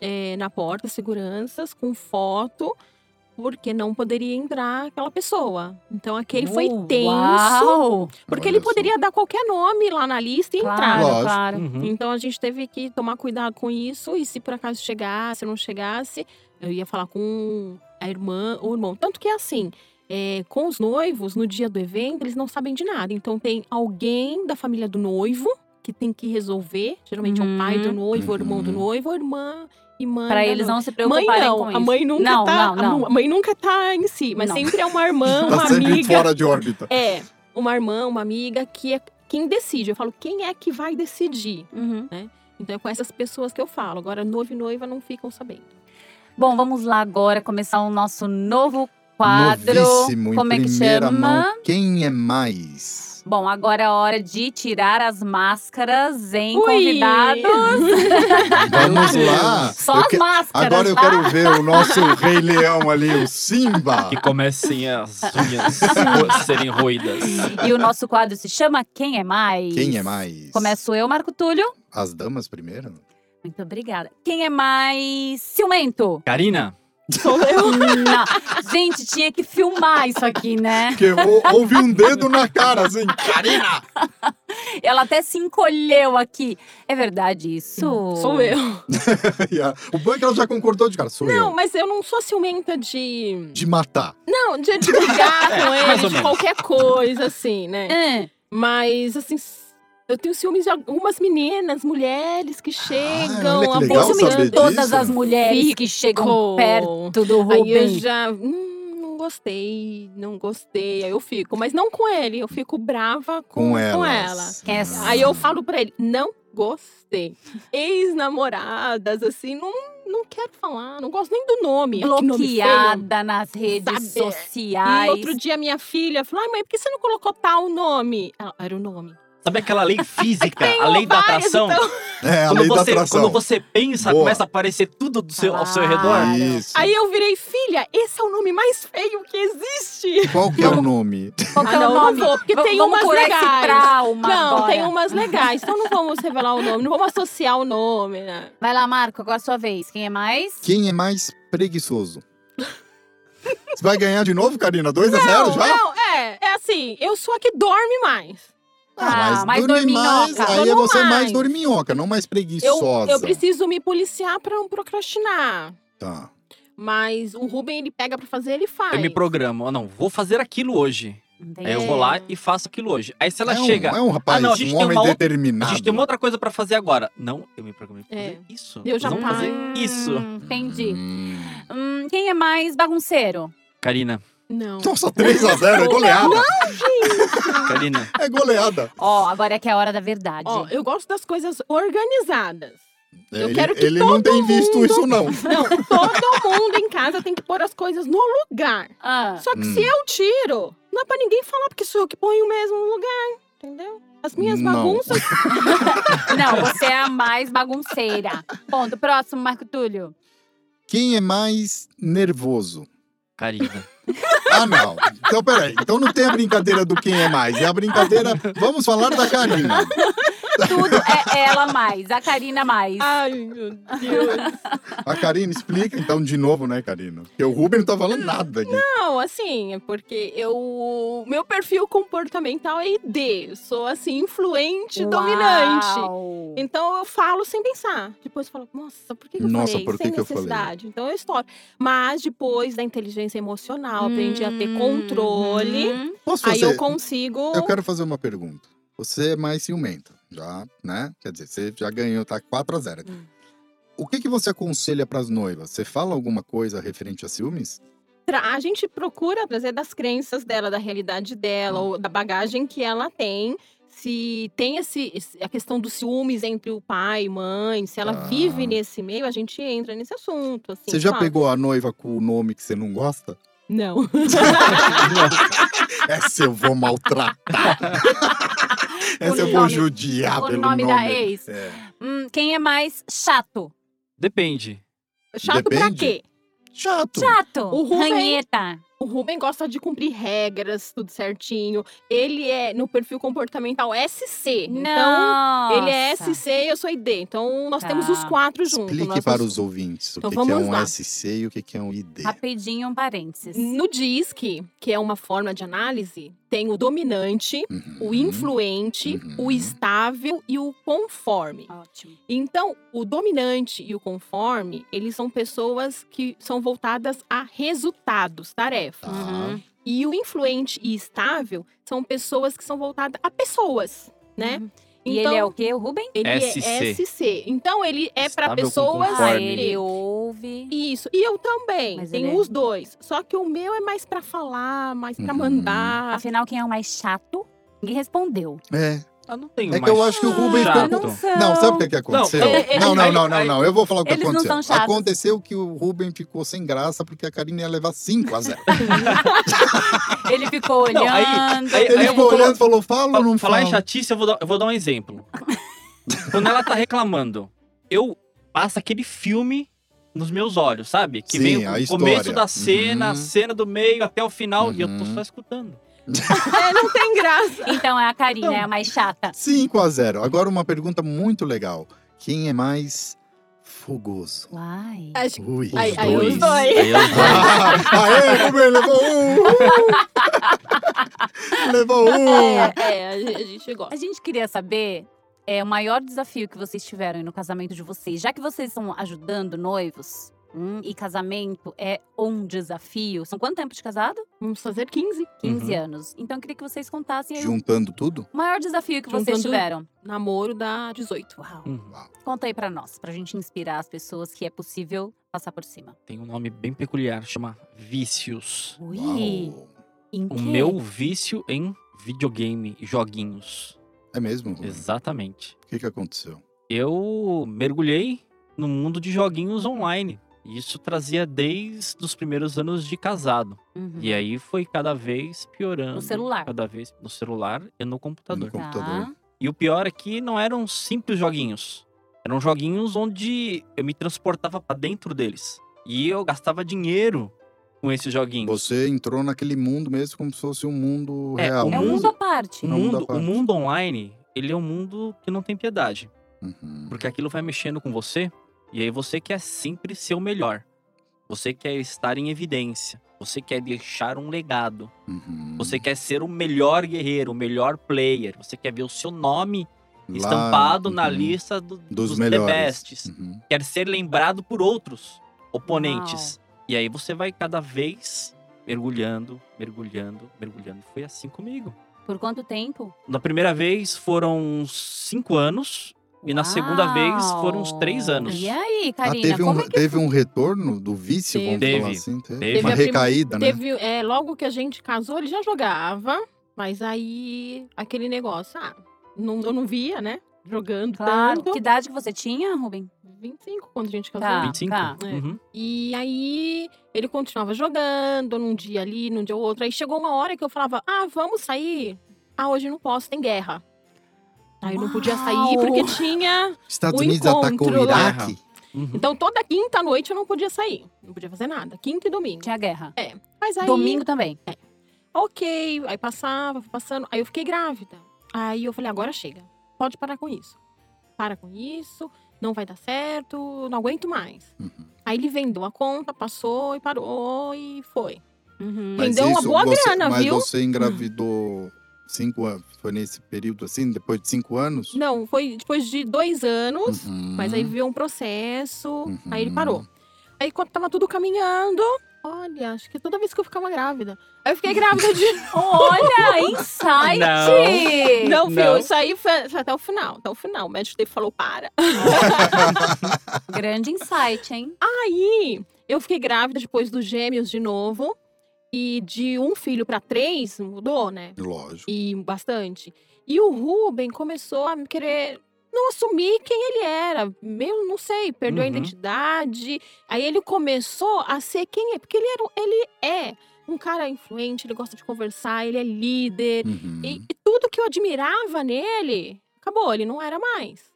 é, na porta, seguranças, com foto, porque não poderia entrar aquela pessoa. Então aquele foi Uh, tenso, Uau. porque Olha ele só. poderia dar qualquer nome lá na lista e entrar. Claro, Lógico. claro. Então a gente teve que tomar cuidado com isso. E se por acaso chegasse, não chegasse, eu ia falar com a irmã ou o irmão. Tanto que é assim, é, com os noivos, no dia do evento, eles não sabem de nada. Então tem alguém da família do noivo que tem que resolver. Geralmente é o pai do Uhum. noivo, o irmão do Uhum. noivo, a irmã e mãe. Pra da eles não se Mãe preocuparem não, com isso. a mãe nunca Não, tá, não, não. A mãe nunca tá em si, mas Não. sempre é uma irmã, uma tá sempre amiga. fora de órbita. É, uma irmã, uma amiga que é quem decide. Eu falo, quem é que vai decidir? Uhum. Então é com essas pessoas que eu falo. Agora, noivo e noiva não ficam sabendo. Bom, vamos lá agora começar o nosso novo quadro. Novíssimo, em Como é que primeira chama? mão. Quem é mais? Bom, agora é a hora de tirar as máscaras em Ui! convidados. Vamos lá. Só Eu as que- máscaras, Agora eu tá? quero ver o nosso Rei Leão ali, o Simba. Que comecem as unhas a serem roídas. E o nosso quadro se chama Quem é Mais? Quem é mais? Começo eu, Marco Túlio. As damas primeiro? Muito obrigada. Quem é mais ciumento? Karina, Sou eu. Não. Gente, tinha que filmar isso aqui, né? Porque ou- houve um dedo na cara, assim. Karina! Ela até se encolheu aqui. É verdade isso? Sou eu. E a- o banco ela já concordou de cara, sou Não, eu. mas eu não sou ciumenta de. É, De matar. Não, de, de brigar com mais ele, ou de menos. qualquer coisa, assim, né? Hum, Mas, assim. Eu tenho ciúmes de algumas meninas, mulheres que chegam, Ah, olha que a legal bolsa saber menina disso. todas as mulheres que chegam Ficou. perto do Aí eu Rubens. já. Hum, não gostei, não gostei. Aí eu fico. Mas não com ele, eu fico brava com, Com com elas. ela. Quem é essa? Aí eu falo pra ele, não gostei. Ex-namoradas, assim, não, não quero falar, não gosto nem do nome. Que nome feio. Bloqueada nas redes Sabe? sociais. E outro dia minha filha falou, ai mãe, por que você não colocou tal nome? Ela, era o nome. sabe aquela lei física, Tem a lei da várias, atração? então. É, a Quando lei da você, atração. quando você pensa, Boa. começa a aparecer tudo do seu, ao seu redor. Ah, Isso. Aí eu virei, filha, esse é o nome mais feio que existe. Qual que é o nome? Qual que Ah, é o não, não nome? vou, porque V- tem vamos umas curar esse legais. trauma não, agora. tem umas legais, então não vamos revelar o nome, não vamos associar o nome, né? Vai lá, Marco, agora é sua vez. Quem é mais? Quem é mais preguiçoso? Você vai ganhar de novo, Karina? 2 a 0 já? Ah, Não, é, é assim, eu sou a que dorme mais. Ah, mais dorminhoca. aí é Não você mais mais. dorminhoca, não mais Eu, preguiçosa. eu preciso me policiar pra não procrastinar. Tá. Mas o Ruben, ele pega pra fazer, ele faz. Eu me programo. Ah, não, vou fazer aquilo hoje. Aí é, eu Entendi. vou lá e faço aquilo hoje. Aí se ela é um, chega. Ah, É um rapaz, não, a gente um tem homem uma outra- determinado. A gente tem uma outra coisa pra fazer agora. Não, eu me programei pra fazer isso. Eu já Vamos paro. fazer isso. Hum, Entendi. Hum. Hum, quem é mais bagunceiro? Karina, Não. Nossa, 3 a 0 é goleada. Karina. É goleada. Ó, agora é que é a hora da verdade. Ó, eu gosto das coisas organizadas. Eu ele quero que ele não todo tem visto mundo- isso, não. Não, todo mundo em casa tem que pôr as coisas no lugar. Ah, Só que Hum. se eu tiro, não é pra ninguém falar, porque sou eu que ponho mesmo no lugar, entendeu? As minhas Não. bagunças. não, você é a mais bagunceira. Ponto. Próximo, Marco Túlio. Quem é mais nervoso? Karina. Ah, não. Então, peraí. Então não tem a brincadeira do quem é mais. É a brincadeira. Vamos falar da Karina. Tudo é ela mais, a Karina mais. Ai, meu Deus. A Karina explica, então, de novo, né, Karina? Porque o Ruben não tá falando nada aqui. Não, assim, é porque eu. Meu perfil comportamental é ID. eu Sou, assim, influente, dominante. Uau. Então eu falo sem pensar. Depois eu falo, nossa, por que, que eu Nossa, falei? por que sem que eu falei? necessidade. Então eu estouro. Mas depois da inteligência emocional, Então, aprendi a ter Hum, controle. hum. Posso Aí fazer? eu consigo. Eu quero fazer uma pergunta. Você é mais ciumenta, já, né? Quer dizer, você já ganhou, tá 4 a 0 aqui. Hum. O que, que você aconselha pras noivas? Você fala alguma coisa referente a ciúmes? tra- A gente procura trazer das crenças dela, da realidade Ah. dela, ou da bagagem que ela tem. Se tem esse, esse- a questão dos ciúmes entre o pai e mãe, se ela Ah. vive nesse meio, a gente entra nesse assunto. assim, você já sabe? pegou a noiva com o nome que você não gosta? Não. Essa eu vou maltratar. Essa O eu vou nome- judiar o pelo nome nome. da ex. É. Hum, quem é mais chato? Depende. Chato pra Depende. quê? Chato. Chato. O Rubem- Ranheta. O Ruben gosta de cumprir regras, tudo certinho. Ele é no perfil comportamental SC. Então, ele é Nossa. SC e eu sou ID. Então, nós Tá. temos os quatro juntos. Explique nós para nos- os ouvintes o Então que, que é vamos um lá. SC e o que, que é um ID. Rapidinho, um parênteses. No DISC, que é uma forma de análise, tem o dominante, Uhum. o influente, Uhum. o estável e o conforme. Ótimo. Então, o dominante e o conforme, eles são pessoas que são voltadas a resultados, tarefas. Uhum. Tá. E o influente e estável são pessoas que são voltadas a pessoas, né? Uhum. E ele é o quê, o Ruben? ele é SC. SC. Então ele é para Estável com pessoas conforme. Ah, Concordo. ele ouve. Isso. E eu também. Mas Tenho ele é- os dois. Só que o meu é mais pra falar, mais pra Uhum. mandar. Afinal, quem é o mais chato? Ninguém respondeu. É. Ah, não tem É que eu acho que o Rubens Ah, Chato. não são. Não, sabe o que, que aconteceu? Não, Não, é- é- não, aí- não, não, não, aí- Eu vou falar o que Eles não aconteceu. são chatos. aconteceu que o Ruben ficou sem graça porque a Karine ia levar 5 a 0. Ele ficou Não, olhando. aí- aí- Ele eu ficou vou colo- olhando e falou: fala ou não falar em fala? chatice, eu vou dar, eu vou dar um exemplo. Quando ela tá reclamando, eu passo aquele filme nos meus olhos, sabe? Que Sim, vem a o história. começo da cena, Uhum. a cena do meio até o final, e eu tô Uhum. só escutando. É, não tem graça. Então é a Karina, é a mais chata. 5 a 0. Agora uma pergunta muito legal. Quem é mais fogoso? Uai. Acho que Ui. Ai, Os ai, os dois. dois. Aí os dois. Ah, aê, Ruben, levou um! Uhul! levou um! é, é, a gente, a gente A gosta. gente queria saber é, o maior desafio que vocês tiveram no casamento de vocês. Já que vocês estão ajudando noivos, hum, e casamento é um desafio. São quanto tempo de casado? Uhum. Vamos fazer 15. 15 anos. Então eu queria que vocês contassem aí Juntando tudo? o maior desafio que vocês Juntando- tiveram. Namoro da 18. Uau. Uhum. Conta aí pra nós, pra gente inspirar as pessoas que é possível passar por cima. Tem um nome bem peculiar, chama Vícios. Ui, Uau. em O quê? meu vício em videogame, e joguinhos. É mesmo? Hum. Ruben? Exatamente. O que, que aconteceu? Eu mergulhei no mundo de joguinhos online. E isso trazia desde os primeiros anos de casado. Uhum. E é aí foi cada vez piorando. No celular. Tá. Cada vez no celular e no No computador. computador. E o pior é que não eram simples joguinhos. Eram joguinhos onde eu me transportava pra dentro deles. E eu gastava dinheiro com esses joguinhos. Você entrou naquele mundo mesmo como se fosse um mundo É, real. né? É um o mesmo. mundo à parte. O Não muda mundo, a o parte. mundo online, ele é um mundo que não tem piedade. Uhum. Porque aquilo vai mexendo com você, e aí você quer sempre ser o melhor. Você quer estar em evidência. Você quer deixar um legado. Uhum. Você quer ser o melhor guerreiro, o melhor player. Você quer ver o seu nome Lá- estampado na uhum. lista do- dos, dos, The melhores. Bests. Uhum. Quer ser lembrado por outros oponentes. E aí você vai cada vez mergulhando, mergulhando, mergulhando. Foi assim comigo. Por quanto tempo? Na primeira vez foram uns cinco anos. E na segunda vez foram uns três Uau. anos. E aí, Ah, Karina, teve, um, como é que teve um retorno do vício, vamos Teve. falar assim? Teve, Teve. uma Teve a prim- recaída, né? Teve, é, logo que a gente casou, ele já jogava. Mas aí, aquele negócio, ah, não, eu não via, né? Jogando Claro. tanto. Que idade que você tinha, Ruben? 25 quando a gente casou. Tá. 25? tá. É. Uhum. E aí ele continuava jogando num dia ali, num dia outro. Aí chegou uma hora que eu falava: Ah, vamos sair? Ah, hoje não posso, tem guerra. Aí eu não podia sair Uau! porque tinha. Estados um o Unidos atacou o encontro lá. Iraque. Uhum. Então toda quinta à noite eu não podia sair. Não podia fazer nada. Quinta e domingo. Tinha guerra. Mas aí. Domingo também. Ok. Aí passava, fui passando. Aí eu fiquei grávida. Aí eu falei: Agora chega. Pode parar com isso. Para com isso. Não vai dar certo. Não aguento mais. Uhum. Aí ele vendeu a conta, passou e parou e foi. Uhum. Mas- Rendeu Então, uma boa você, grana, mas viu? você engravidou cinco anos. Foi nesse período assim, depois de cinco anos? Não, foi depois de dois anos, Uhum. mas aí veio um processo, Uhum. aí ele parou. Aí quando tava tudo caminhando, olha, acho que toda vez que eu ficava grávida. Aí eu fiquei grávida de. Olha, insight! Não. Não. Não, viu? Isso aí foi foi até o final, até o final. O médico dele falou: para. Grande insight, hein? Aí eu fiquei grávida depois dos gêmeos de novo. E de um filho pra três, mudou, né? Lógico. e bastante. E o Ruben começou a querer não assumir quem ele era, meio, não sei, perdeu a Uhum. identidade. Aí ele começou a ser quem é, porque ele, era, ele é um cara influente, ele gosta de conversar, ele é líder. Uhum. E, e tudo que eu admirava nele, acabou, ele não era mais.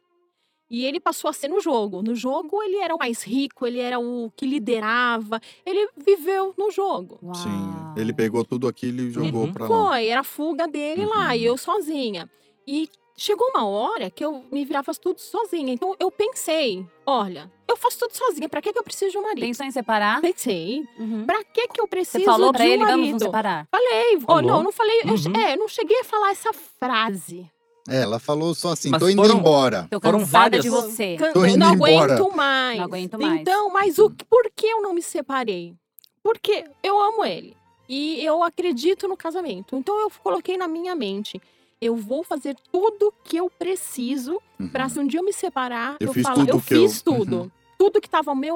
E ele passou a ser no jogo. No jogo, ele era o mais rico, ele era o que liderava, ele viveu no jogo. Uau. Sim. Ele pegou tudo aquilo e jogou Uhum. pra lá. Foi, era a fuga dele lá, e eu sozinha. E chegou uma hora que eu me virava tudo sozinha. Então eu pensei, olha, eu faço tudo sozinha, pra que, que eu preciso de um marido? Pensou em separar? né? Pensei, Uhum. pra que, que eu preciso Você falou de pra um ele, vamos nos marido? separar. falei, oh, Falou. não, não falei, eu, Uhum. é, não cheguei a falar essa frase. É, Ela falou só assim, Mas tô indo foram- embora. Tô Foram cansada várias. É de você. Can- Tô indo não embora. aguento mais. Não aguento mais. Então, mas o, que- por que eu não me separei? Porque eu amo ele. E eu acredito no casamento. Então eu coloquei na minha mente. Eu vou fazer tudo que eu preciso Uhum. pra se um dia eu me separar, Eu eu, fiz falar, tudo eu que eu- Uhum. fiz tudo. Tudo que tava ao meu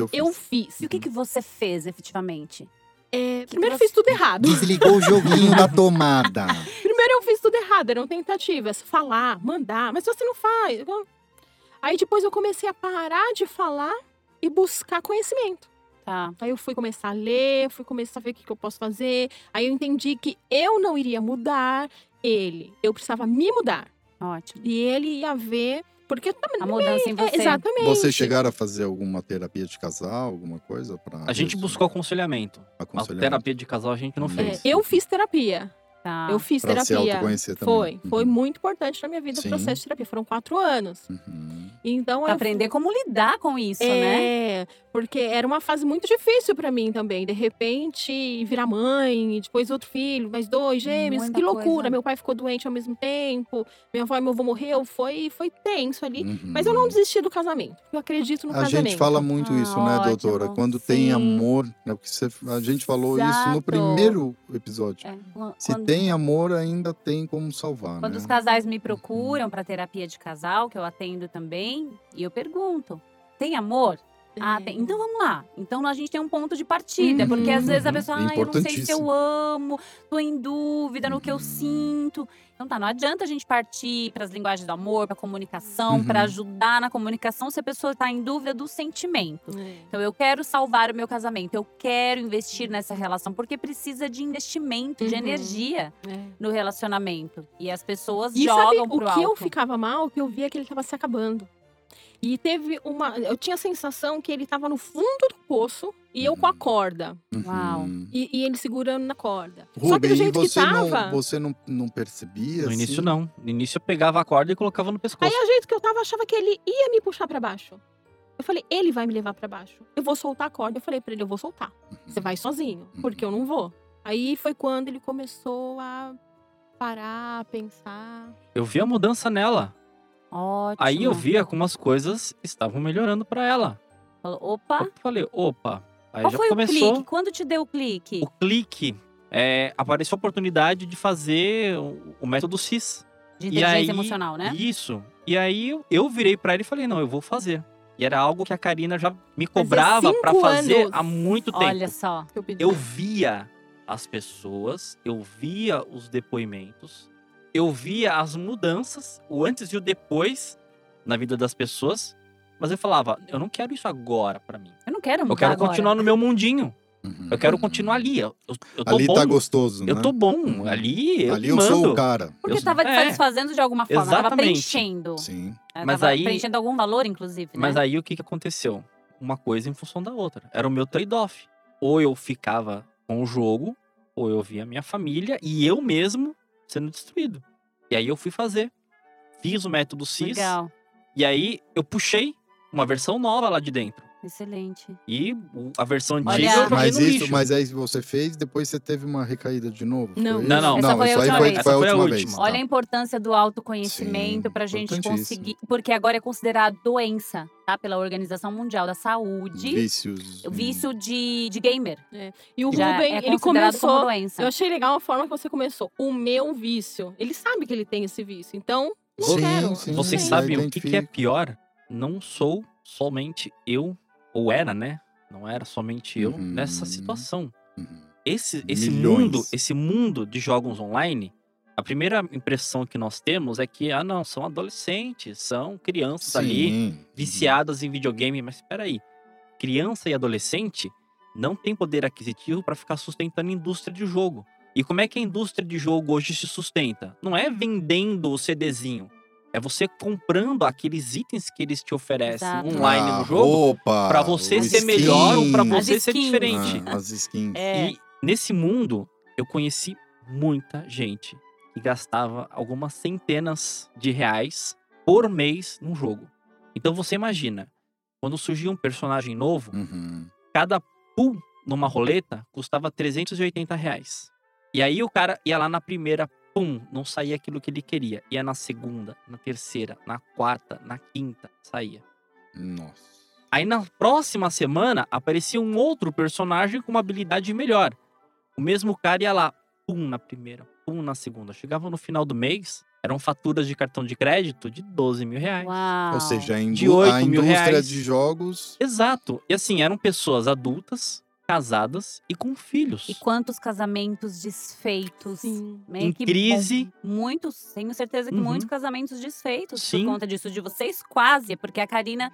Alcance eu eu fiz. fiz. E o que, que você fez, efetivamente? Hum. É, primeiro eu fiz tudo errado. Desligou o joguinho da tomada. Primeiro eu fiz tudo errado, eram tentativas. Falar, mandar, mas você não faz. Eu- Aí depois eu comecei a parar de falar e buscar conhecimento. Tá. Aí eu fui começar a ler, fui começar a ver o que, que eu posso fazer. Aí eu entendi que eu não iria mudar ele. Eu precisava me mudar. Ótimo. E ele ia ver. Porque eu também. A mudança em É, você. exatamente. Vocês chegaram a fazer alguma terapia de casal, alguma coisa? Pra A gente isso? buscou aconselhamento. A Aconselhamento? terapia de casal a gente não Não. É, fez. eu fiz terapia. Tá. Eu fiz Pra se terapia. autoconhecer também. Foi. Foi Uhum. muito importante na minha vida Sim. o processo de terapia. Foram quatro anos. Uhum. Então Pra eu aprender como lidar com isso, né? É, porque era uma fase muito difícil pra mim também. De repente, virar mãe, e depois outro filho, mais dois gêmeos, Muita que loucura. coisa. Meu pai ficou doente ao mesmo tempo, minha avó e meu avô morreu, foi, foi tenso Hum. ali. Uhum. Mas eu não desisti do casamento. Eu acredito no A casamento. gente fala muito Ah, isso, né, ótimo. doutora? Quando tem Sim. amor, né, porque você- a gente falou isso no Exato. primeiro episódio. É, quan- Se quando, tem amor, ainda tem como salvar, quando né? os casais me Uhum. procuram pra terapia de casal, que eu atendo também, e eu pergunto: tem amor? É. Ah, tem. Então vamos lá. Então a gente tem um ponto de partida. Porque às vezes a Uhum. É pessoa, ah, eu não sei se Importantíssimo. eu amo, tô em dúvida no que eu Uhum. sinto. Então tá, não adianta a gente partir pras linguagens do amor, pra comunicação, pra Uhum. ajudar na comunicação se a pessoa tá em dúvida do sentimento. É. Então eu quero salvar o meu casamento, eu quero investir nessa relação, porque precisa de investimento, de Uhum. energia É. no relacionamento. E as pessoas E sabe jogam o pro que eu alto. ficava mal? Que eu via que ele tava se acabando. E teve uma. Eu tinha a sensação que ele tava no fundo do poço e eu com a Uhum. corda. Uau. E, e ele segurando na corda. Só Rubem, que do e jeito que você, tava. não, você não, não percebia? No início assim? não. No início eu pegava a corda e colocava no Aí, pescoço. o jeito que eu tava, eu achava que ele ia me puxar pra baixo. Eu falei, ele vai me levar pra baixo. Eu vou soltar a corda. Eu falei pra ele, eu vou soltar. Uhum. Você vai sozinho, porque eu não vou. Aí foi quando ele começou a parar, a pensar. Eu vi a mudança nela. Ótimo. Aí eu via como as coisas estavam melhorando pra ela. Falou, Opa, Eu falei, opa. Aí Ah. qual já foi o começou. clique? Quando te deu o clique? o clique, é, apareceu a oportunidade de fazer o, o método CIS. De E inteligência aí- emocional, né? Isso. E aí eu, eu virei pra ele e falei, não, eu vou fazer. E era algo que a Karina já me Fazia cobrava pra cinco fazer anos. há muito tempo. Olha só. que Eu, pedi. Eu via as pessoas, eu via os depoimentos, eu via as mudanças, o antes e o depois na vida das pessoas. Mas eu falava, eu não quero isso agora pra mim. Eu não quero mudar Eu quero agora. continuar no meu mundinho. Uhum. Eu quero continuar ali. Eu, eu- eu tô Ali bom. tá gostoso, Eu né? tô bom. Ali eu Ali que eu mando. sou o cara. Porque Eu- tava te é. satisfazendo de alguma forma, tava Exatamente. preenchendo. Sim. né? Mas tava aí- preenchendo algum valor, inclusive, né? Mas aí o que, que aconteceu? Uma coisa em função da outra. Era o meu trade-off. Ou eu ficava com o jogo, ou eu via minha família e eu mesmo sendo destruído. E aí eu fui fazer. Fiz o método CIS. Legal, E aí eu puxei uma versão nova lá de dentro. excelente. E o- a versão Olha. antiga eu joguei mas, no isso, lixo. mas aí você fez, depois você teve uma recaída de novo? Não. foi Não, isso? Essa foi não. a isso aí foi, última vez. foi a Essa foi a última vez. última. tá. Olha é a importância do autoconhecimento Sim, pra gente importantíssimo. conseguir. Porque agora é considerado doença, tá? Pela Organização Mundial da Saúde. Vícios. O um Vício de, de gamer. e o Já Ruben, é ele considerado como começou. doença. Eu achei legal a forma que você começou. O meu vício. Ele sabe que ele tem esse vício. Então, não Sim, quero. sim, não sim. Vocês tem. sabem eu o que, que é identifico. pior? Não sou somente eu, ou era, né? Não era somente eu Uhum. nessa situação. Uhum. Esse, esse Milhões. mundo, esse mundo de jogos online, a primeira impressão que nós temos é que, ah, não, são adolescentes, são crianças ali Sim. viciadas em videogame, mas espera aí. Criança e adolescente não tem poder aquisitivo para ficar sustentando a indústria de jogo. E como é que a indústria de jogo hoje se sustenta? Não é vendendo o CDzinho. É você comprando aqueles itens que eles te oferecem Exato. online Ah, no jogo Opa! para você o ser skin. melhor ou para As você ser skins. diferente. Ah, as skins. É. E nesse mundo, eu conheci muita gente que gastava algumas centenas de reais por mês num jogo. Então você imagina, quando surgia um personagem novo, Uhum. cada pool numa roleta custava 380 reais. E aí o cara ia lá na primeira, pum, não saía aquilo que ele queria. Ia na segunda, na terceira, na quarta, na quinta, saía. Nossa. Aí na próxima semana aparecia um outro personagem com uma habilidade melhor. O mesmo cara ia lá, pum na primeira, pum na segunda. Chegava no final do mês, eram faturas de cartão de crédito de 12 mil reais. Uau. Ou seja, a, De indú- a 8 mil indústria reais. de jogos. Exato. E assim, eram pessoas adultas, casadas e com filhos. E quantos casamentos desfeitos. Sim. Meio Em que crise. bom, Muitos, tenho certeza que Uhum. muitos casamentos desfeitos Sim. por conta disso de vocês, quase, porque a Karina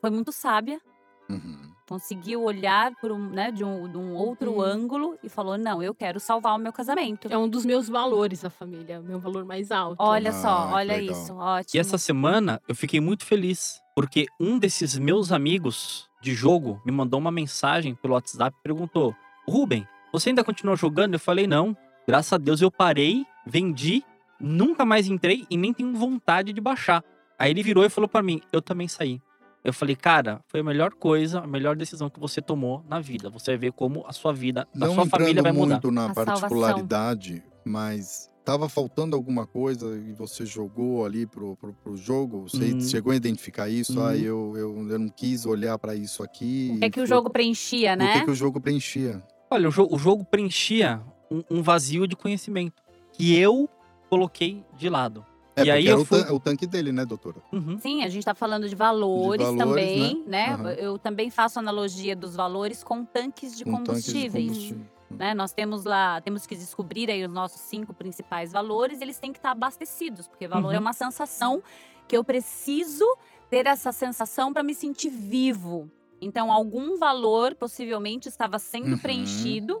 foi muito sábia, Uhum. conseguiu olhar por um, né, de, um, de um outro Uhum. ângulo e falou: não, eu quero salvar o meu casamento. É um dos meus valores, a família. É Meu valor mais alto. Olha Ah, só, que olha legal. isso, ótimo. E essa semana eu fiquei muito feliz, porque um desses meus amigos de jogo me mandou uma mensagem pelo WhatsApp e perguntou: Ruben, você ainda continua jogando? Eu falei: não. Graças a Deus eu parei, vendi, nunca mais entrei e nem tenho vontade de baixar. Aí ele virou e falou pra mim: eu também saí. Eu falei, cara, foi a melhor coisa, a melhor decisão que você tomou na vida. Você vai ver como a sua vida, da Não sua família entrando vai mudar. muito na A salvação. particularidade, mas tava faltando alguma coisa e você jogou ali pro, pro, pro jogo. Você Uhum. chegou a identificar isso? Uhum. Ah, eu, eu, eu não quis olhar para isso aqui. O que é que o jogo preenchia, O que, né? que o jogo preenchia? É, Olha, o jogo, o jogo preenchia um, um vazio de conhecimento que eu coloquei de lado. É, E aí porque era eu o fui- tan- o tanque dele, né, doutora? Uhum. Sim, a gente tá falando de valores, valores, também, né? Aham. Eu também faço analogia dos valores com tanques de Com Um tanque de combustíveis. combustível. né? Nós temos lá, temos que descobrir aí os nossos cinco principais valores, e eles têm que estar abastecidos, porque valor é Uhum. uma sensação que eu preciso ter essa sensação para me sentir vivo. Então, algum valor possivelmente estava sendo Uhum. preenchido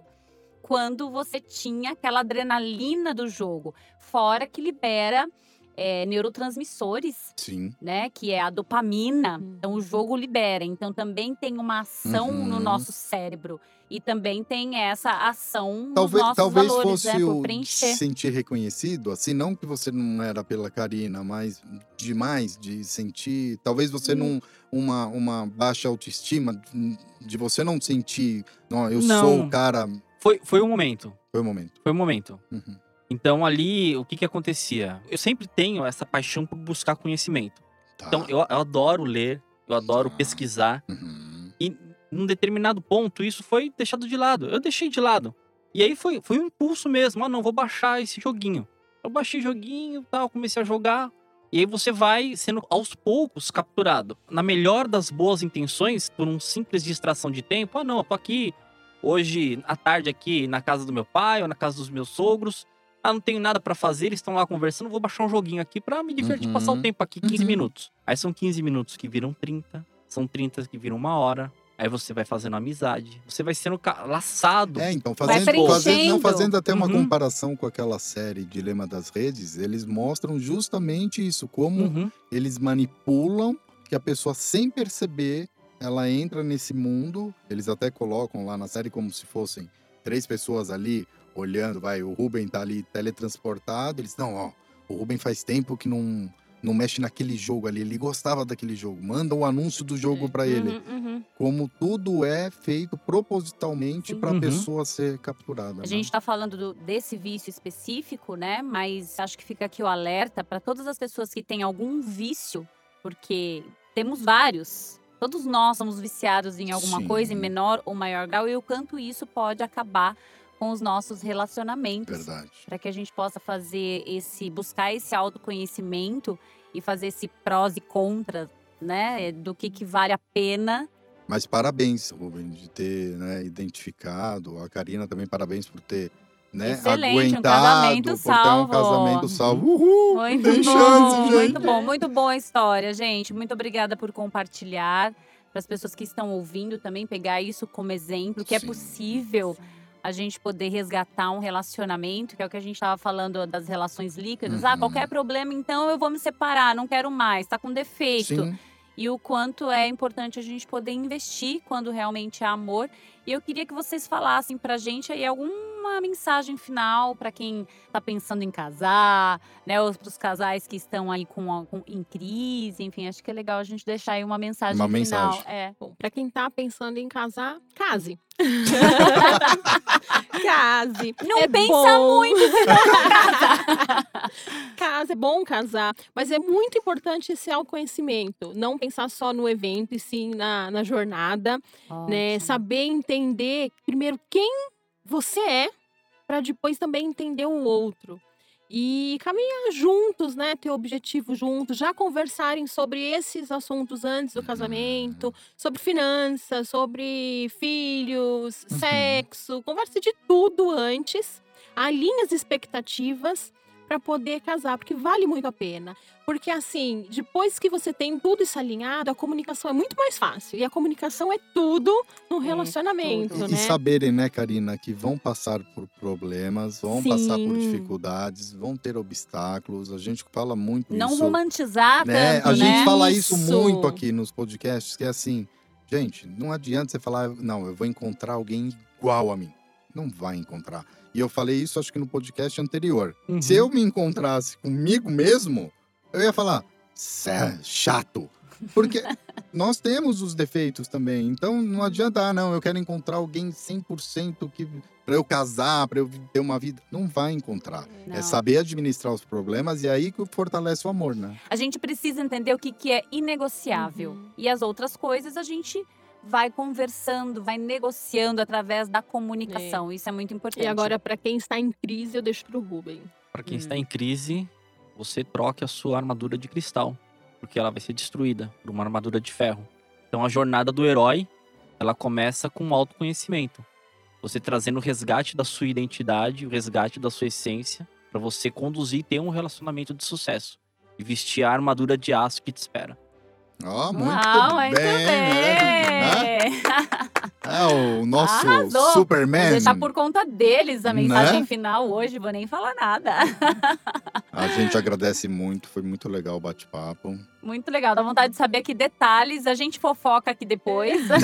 quando você tinha aquela adrenalina do jogo, fora que libera eh, neurotransmissores Sim. né, que é a dopamina. Hum. Então o jogo libera, então também tem uma ação no Uhum. nosso cérebro e também tem essa ação nos Talvez, nossos talvez valores, fosse né, por o preencher. sentir reconhecido, assim, não que você não era pela Karina, mas demais de sentir. Talvez você Hum. não. Uma, uma baixa autoestima, de- de você não sentir, não, eu sou Não. o cara. Foi, foi o momento. Foi o momento. Foi o momento. Uhum. Então ali, o que que acontecia? Eu sempre tenho essa paixão por buscar conhecimento. Tá. Então eu, eu adoro ler, eu adoro Tá. pesquisar. Uhum. Num determinado ponto, isso foi deixado de lado. Eu deixei de lado. E aí foi, foi um impulso mesmo. Ah, não, vou baixar esse joguinho. Eu baixei joguinho tal, comecei a jogar. E aí você vai sendo aos poucos capturado. Na melhor das boas intenções, por um simples distração de tempo. Ah, não, eu tô aqui hoje à tarde aqui na casa do meu pai ou na casa dos meus sogros. Ah, não tenho nada pra fazer, eles estão lá conversando, vou baixar um joguinho aqui pra me divertir, Uhum. passar o tempo aqui, 15 Uhum. minutos. Aí são 15 minutos que viram 30, são 30 que viram uma hora. Aí você vai fazendo amizade, você vai sendo ca- laçado. É, então, Vai fazendo, fazendo, preenchendo. não, fazendo até uma Uhum. comparação com aquela série Dilema das Redes, eles mostram justamente isso, como Uhum. eles manipulam que a pessoa sem perceber ela entra nesse mundo. Eles até colocam lá na série como se fossem três pessoas ali olhando, vai, o Ruben tá ali teletransportado, eles não, ó, o Ruben faz tempo que não não mexe naquele jogo ali, ele gostava daquele jogo. Manda o anúncio do jogo É. pra ele. Uhum, uhum. Como tudo é feito propositalmente Sim. pra Uhum. pessoa ser capturada. né? A gente tá falando do- desse vício específico, né? Mas acho que fica aqui o alerta para todas as pessoas que têm algum vício, porque temos vários. Todos nós somos viciados em alguma Sim. coisa, em menor ou maior grau, e o quanto isso pode acabar com os nossos né? relacionamentos. Verdade. para que a gente possa fazer esse buscar esse autoconhecimento e fazer esse prós e contras, né, do que que vale a pena. Mas parabéns, Rubem, de ter né, identificado. A Karina também, parabéns por ter né, Excelente, um aguentado, casamento por salvo. ter um casamento salvo. Uhul! Muito Uh, tem bom, chance, gente. muito bom, muito boa a história, gente. Muito obrigada por compartilhar para as pessoas que estão ouvindo também pegar isso como exemplo, que é Sim. possível a gente poder resgatar um relacionamento, que é o que a gente estava falando das relações líquidas. Ah, Uhum. qualquer problema, então eu vou me separar, não quero mais, tá com defeito. Uh, Sim, e o quanto é importante a gente poder investir quando realmente há amor. E eu queria que vocês falassem pra gente aí alguma mensagem final pra quem tá pensando em casar, né, ou pros casais que estão aí com, a- com- em crise, enfim, acho que é legal a gente deixar aí uma mensagem Uma final. mensagem. É. Bom, pra quem tá pensando em casar, case. case. Não É pensa bom. muito se não casar. Casa, é bom casar, mas é muito importante esse autoconhecimento. Não pensar só no evento e sim na, na jornada, né? Saber entender Né, primeiro quem você é, para depois também entender o outro. E caminhar juntos, né? Ter objetivo juntos, já conversarem sobre esses assuntos antes do casamento, sobre finanças, sobre filhos, Uhum. sexo, converse de tudo antes, alinhe as expectativas para poder casar, porque vale muito a pena. Porque assim, depois que você tem tudo isso alinhado, a comunicação é muito mais fácil. E a comunicação é tudo no relacionamento, E, né? e saberem, né, Karina, que vão passar por problemas, vão passar por Sim. dificuldades, vão ter obstáculos. A gente fala muito Não isso. romantizar né? tanto, A gente né? fala isso Isso. muito aqui nos podcasts, que é assim, gente, não adianta você falar, não, eu vou encontrar alguém igual a mim. Não vai encontrar. E eu falei isso, acho que no podcast anterior. Uhum. Se eu me encontrasse comigo mesmo, eu ia falar, cê é chato. Porque nós temos os defeitos também. Então não adianta, ah, não, eu quero encontrar alguém 100% que para eu casar, para eu ter uma vida. Não vai encontrar. É Não. saber administrar os problemas e é aí que fortalece o amor, né? A gente precisa entender o que, que é inegociável. Uhum. E as outras coisas a gente vai conversando, vai negociando através da comunicação. Isso é muito importante. E agora, para quem está em crise, eu deixo pro Ruben. Para quem Hum. está em crise, você troque a sua armadura de cristal, porque ela vai ser destruída por uma armadura de ferro. Então a jornada do herói, ela começa com o autoconhecimento. Você trazendo o resgate da sua identidade, o resgate da sua essência, para você conduzir e ter um relacionamento de sucesso. E vestir a armadura de aço que te espera. Ó, Tá muito Uau, bem. muito né? bem. É, o nosso Arrasou. Superman. Você tá por conta deles a Né? mensagem final hoje, vou nem falar nada. A gente agradece muito, foi muito legal o bate-papo. Muito legal, dá vontade de saber aqui detalhes, a gente fofoca aqui depois. É.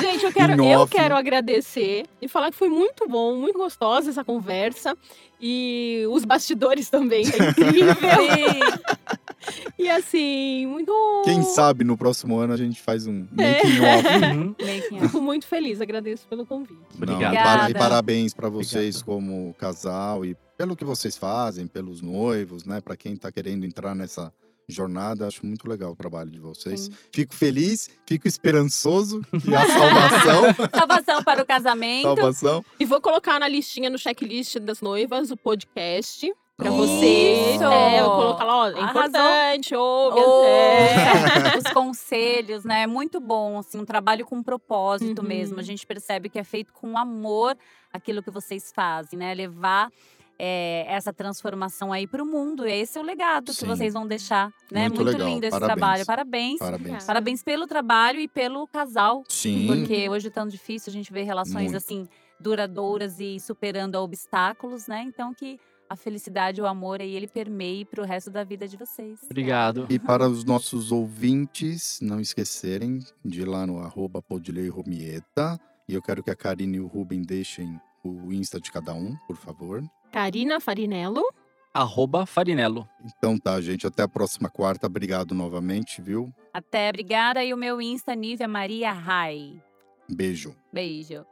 Gente, eu quero, Em eu off. quero agradecer e falar que foi muito bom, muito gostosa essa conversa. E os bastidores também, é incrível. Sim. e assim, muito. Uh. Quem sabe no próximo ano a gente faz um É. making off. Uhum. Making up. Fico muito feliz, agradeço pelo convite. Não, Obrigado. e para- e Obrigada. parabéns para vocês Obrigado. como casal e pelo que vocês fazem, pelos noivos, né? Para quem tá querendo entrar nessa jornada, acho muito legal o trabalho de vocês. Sim. Fico feliz, fico esperançoso que a salvação, Salvação para o casamento. salvação. E vou colocar na listinha, no checklist das noivas, o podcast. Pra Ó. você, Isso. né? Eu vou colocar lá, ó, é Arrasou. importante, ouve, Ou- é. os conselhos, né? É muito bom, assim, um trabalho com propósito Uhum. mesmo. A gente percebe que é feito com amor aquilo que vocês fazem, né? Levar eh, essa transformação aí para o mundo. E esse é o legado Sim. que vocês vão deixar, né? Muito Muito, legal, lindo esse parabéns. trabalho. Parabéns. Parabéns. Parabéns pelo trabalho e pelo casal, Sim. porque hoje é tão difícil a gente vê relações Muito. assim duradouras e superando obstáculos, né? Então que a felicidade, o amor aí ele permeie pro resto da vida de vocês. Obrigado. E para os nossos ouvintes, não esquecerem de ir lá no arroba Podilei Romieta. E eu quero que a Karine e o Ruben deixem o Insta de cada um, por favor. Karina Farinello. Arroba Farinello. Então tá, gente. Até a próxima quarta. Obrigado novamente, viu? Até, obrigada e o meu Insta Nívia Maria Rai. Beijo. Beijo.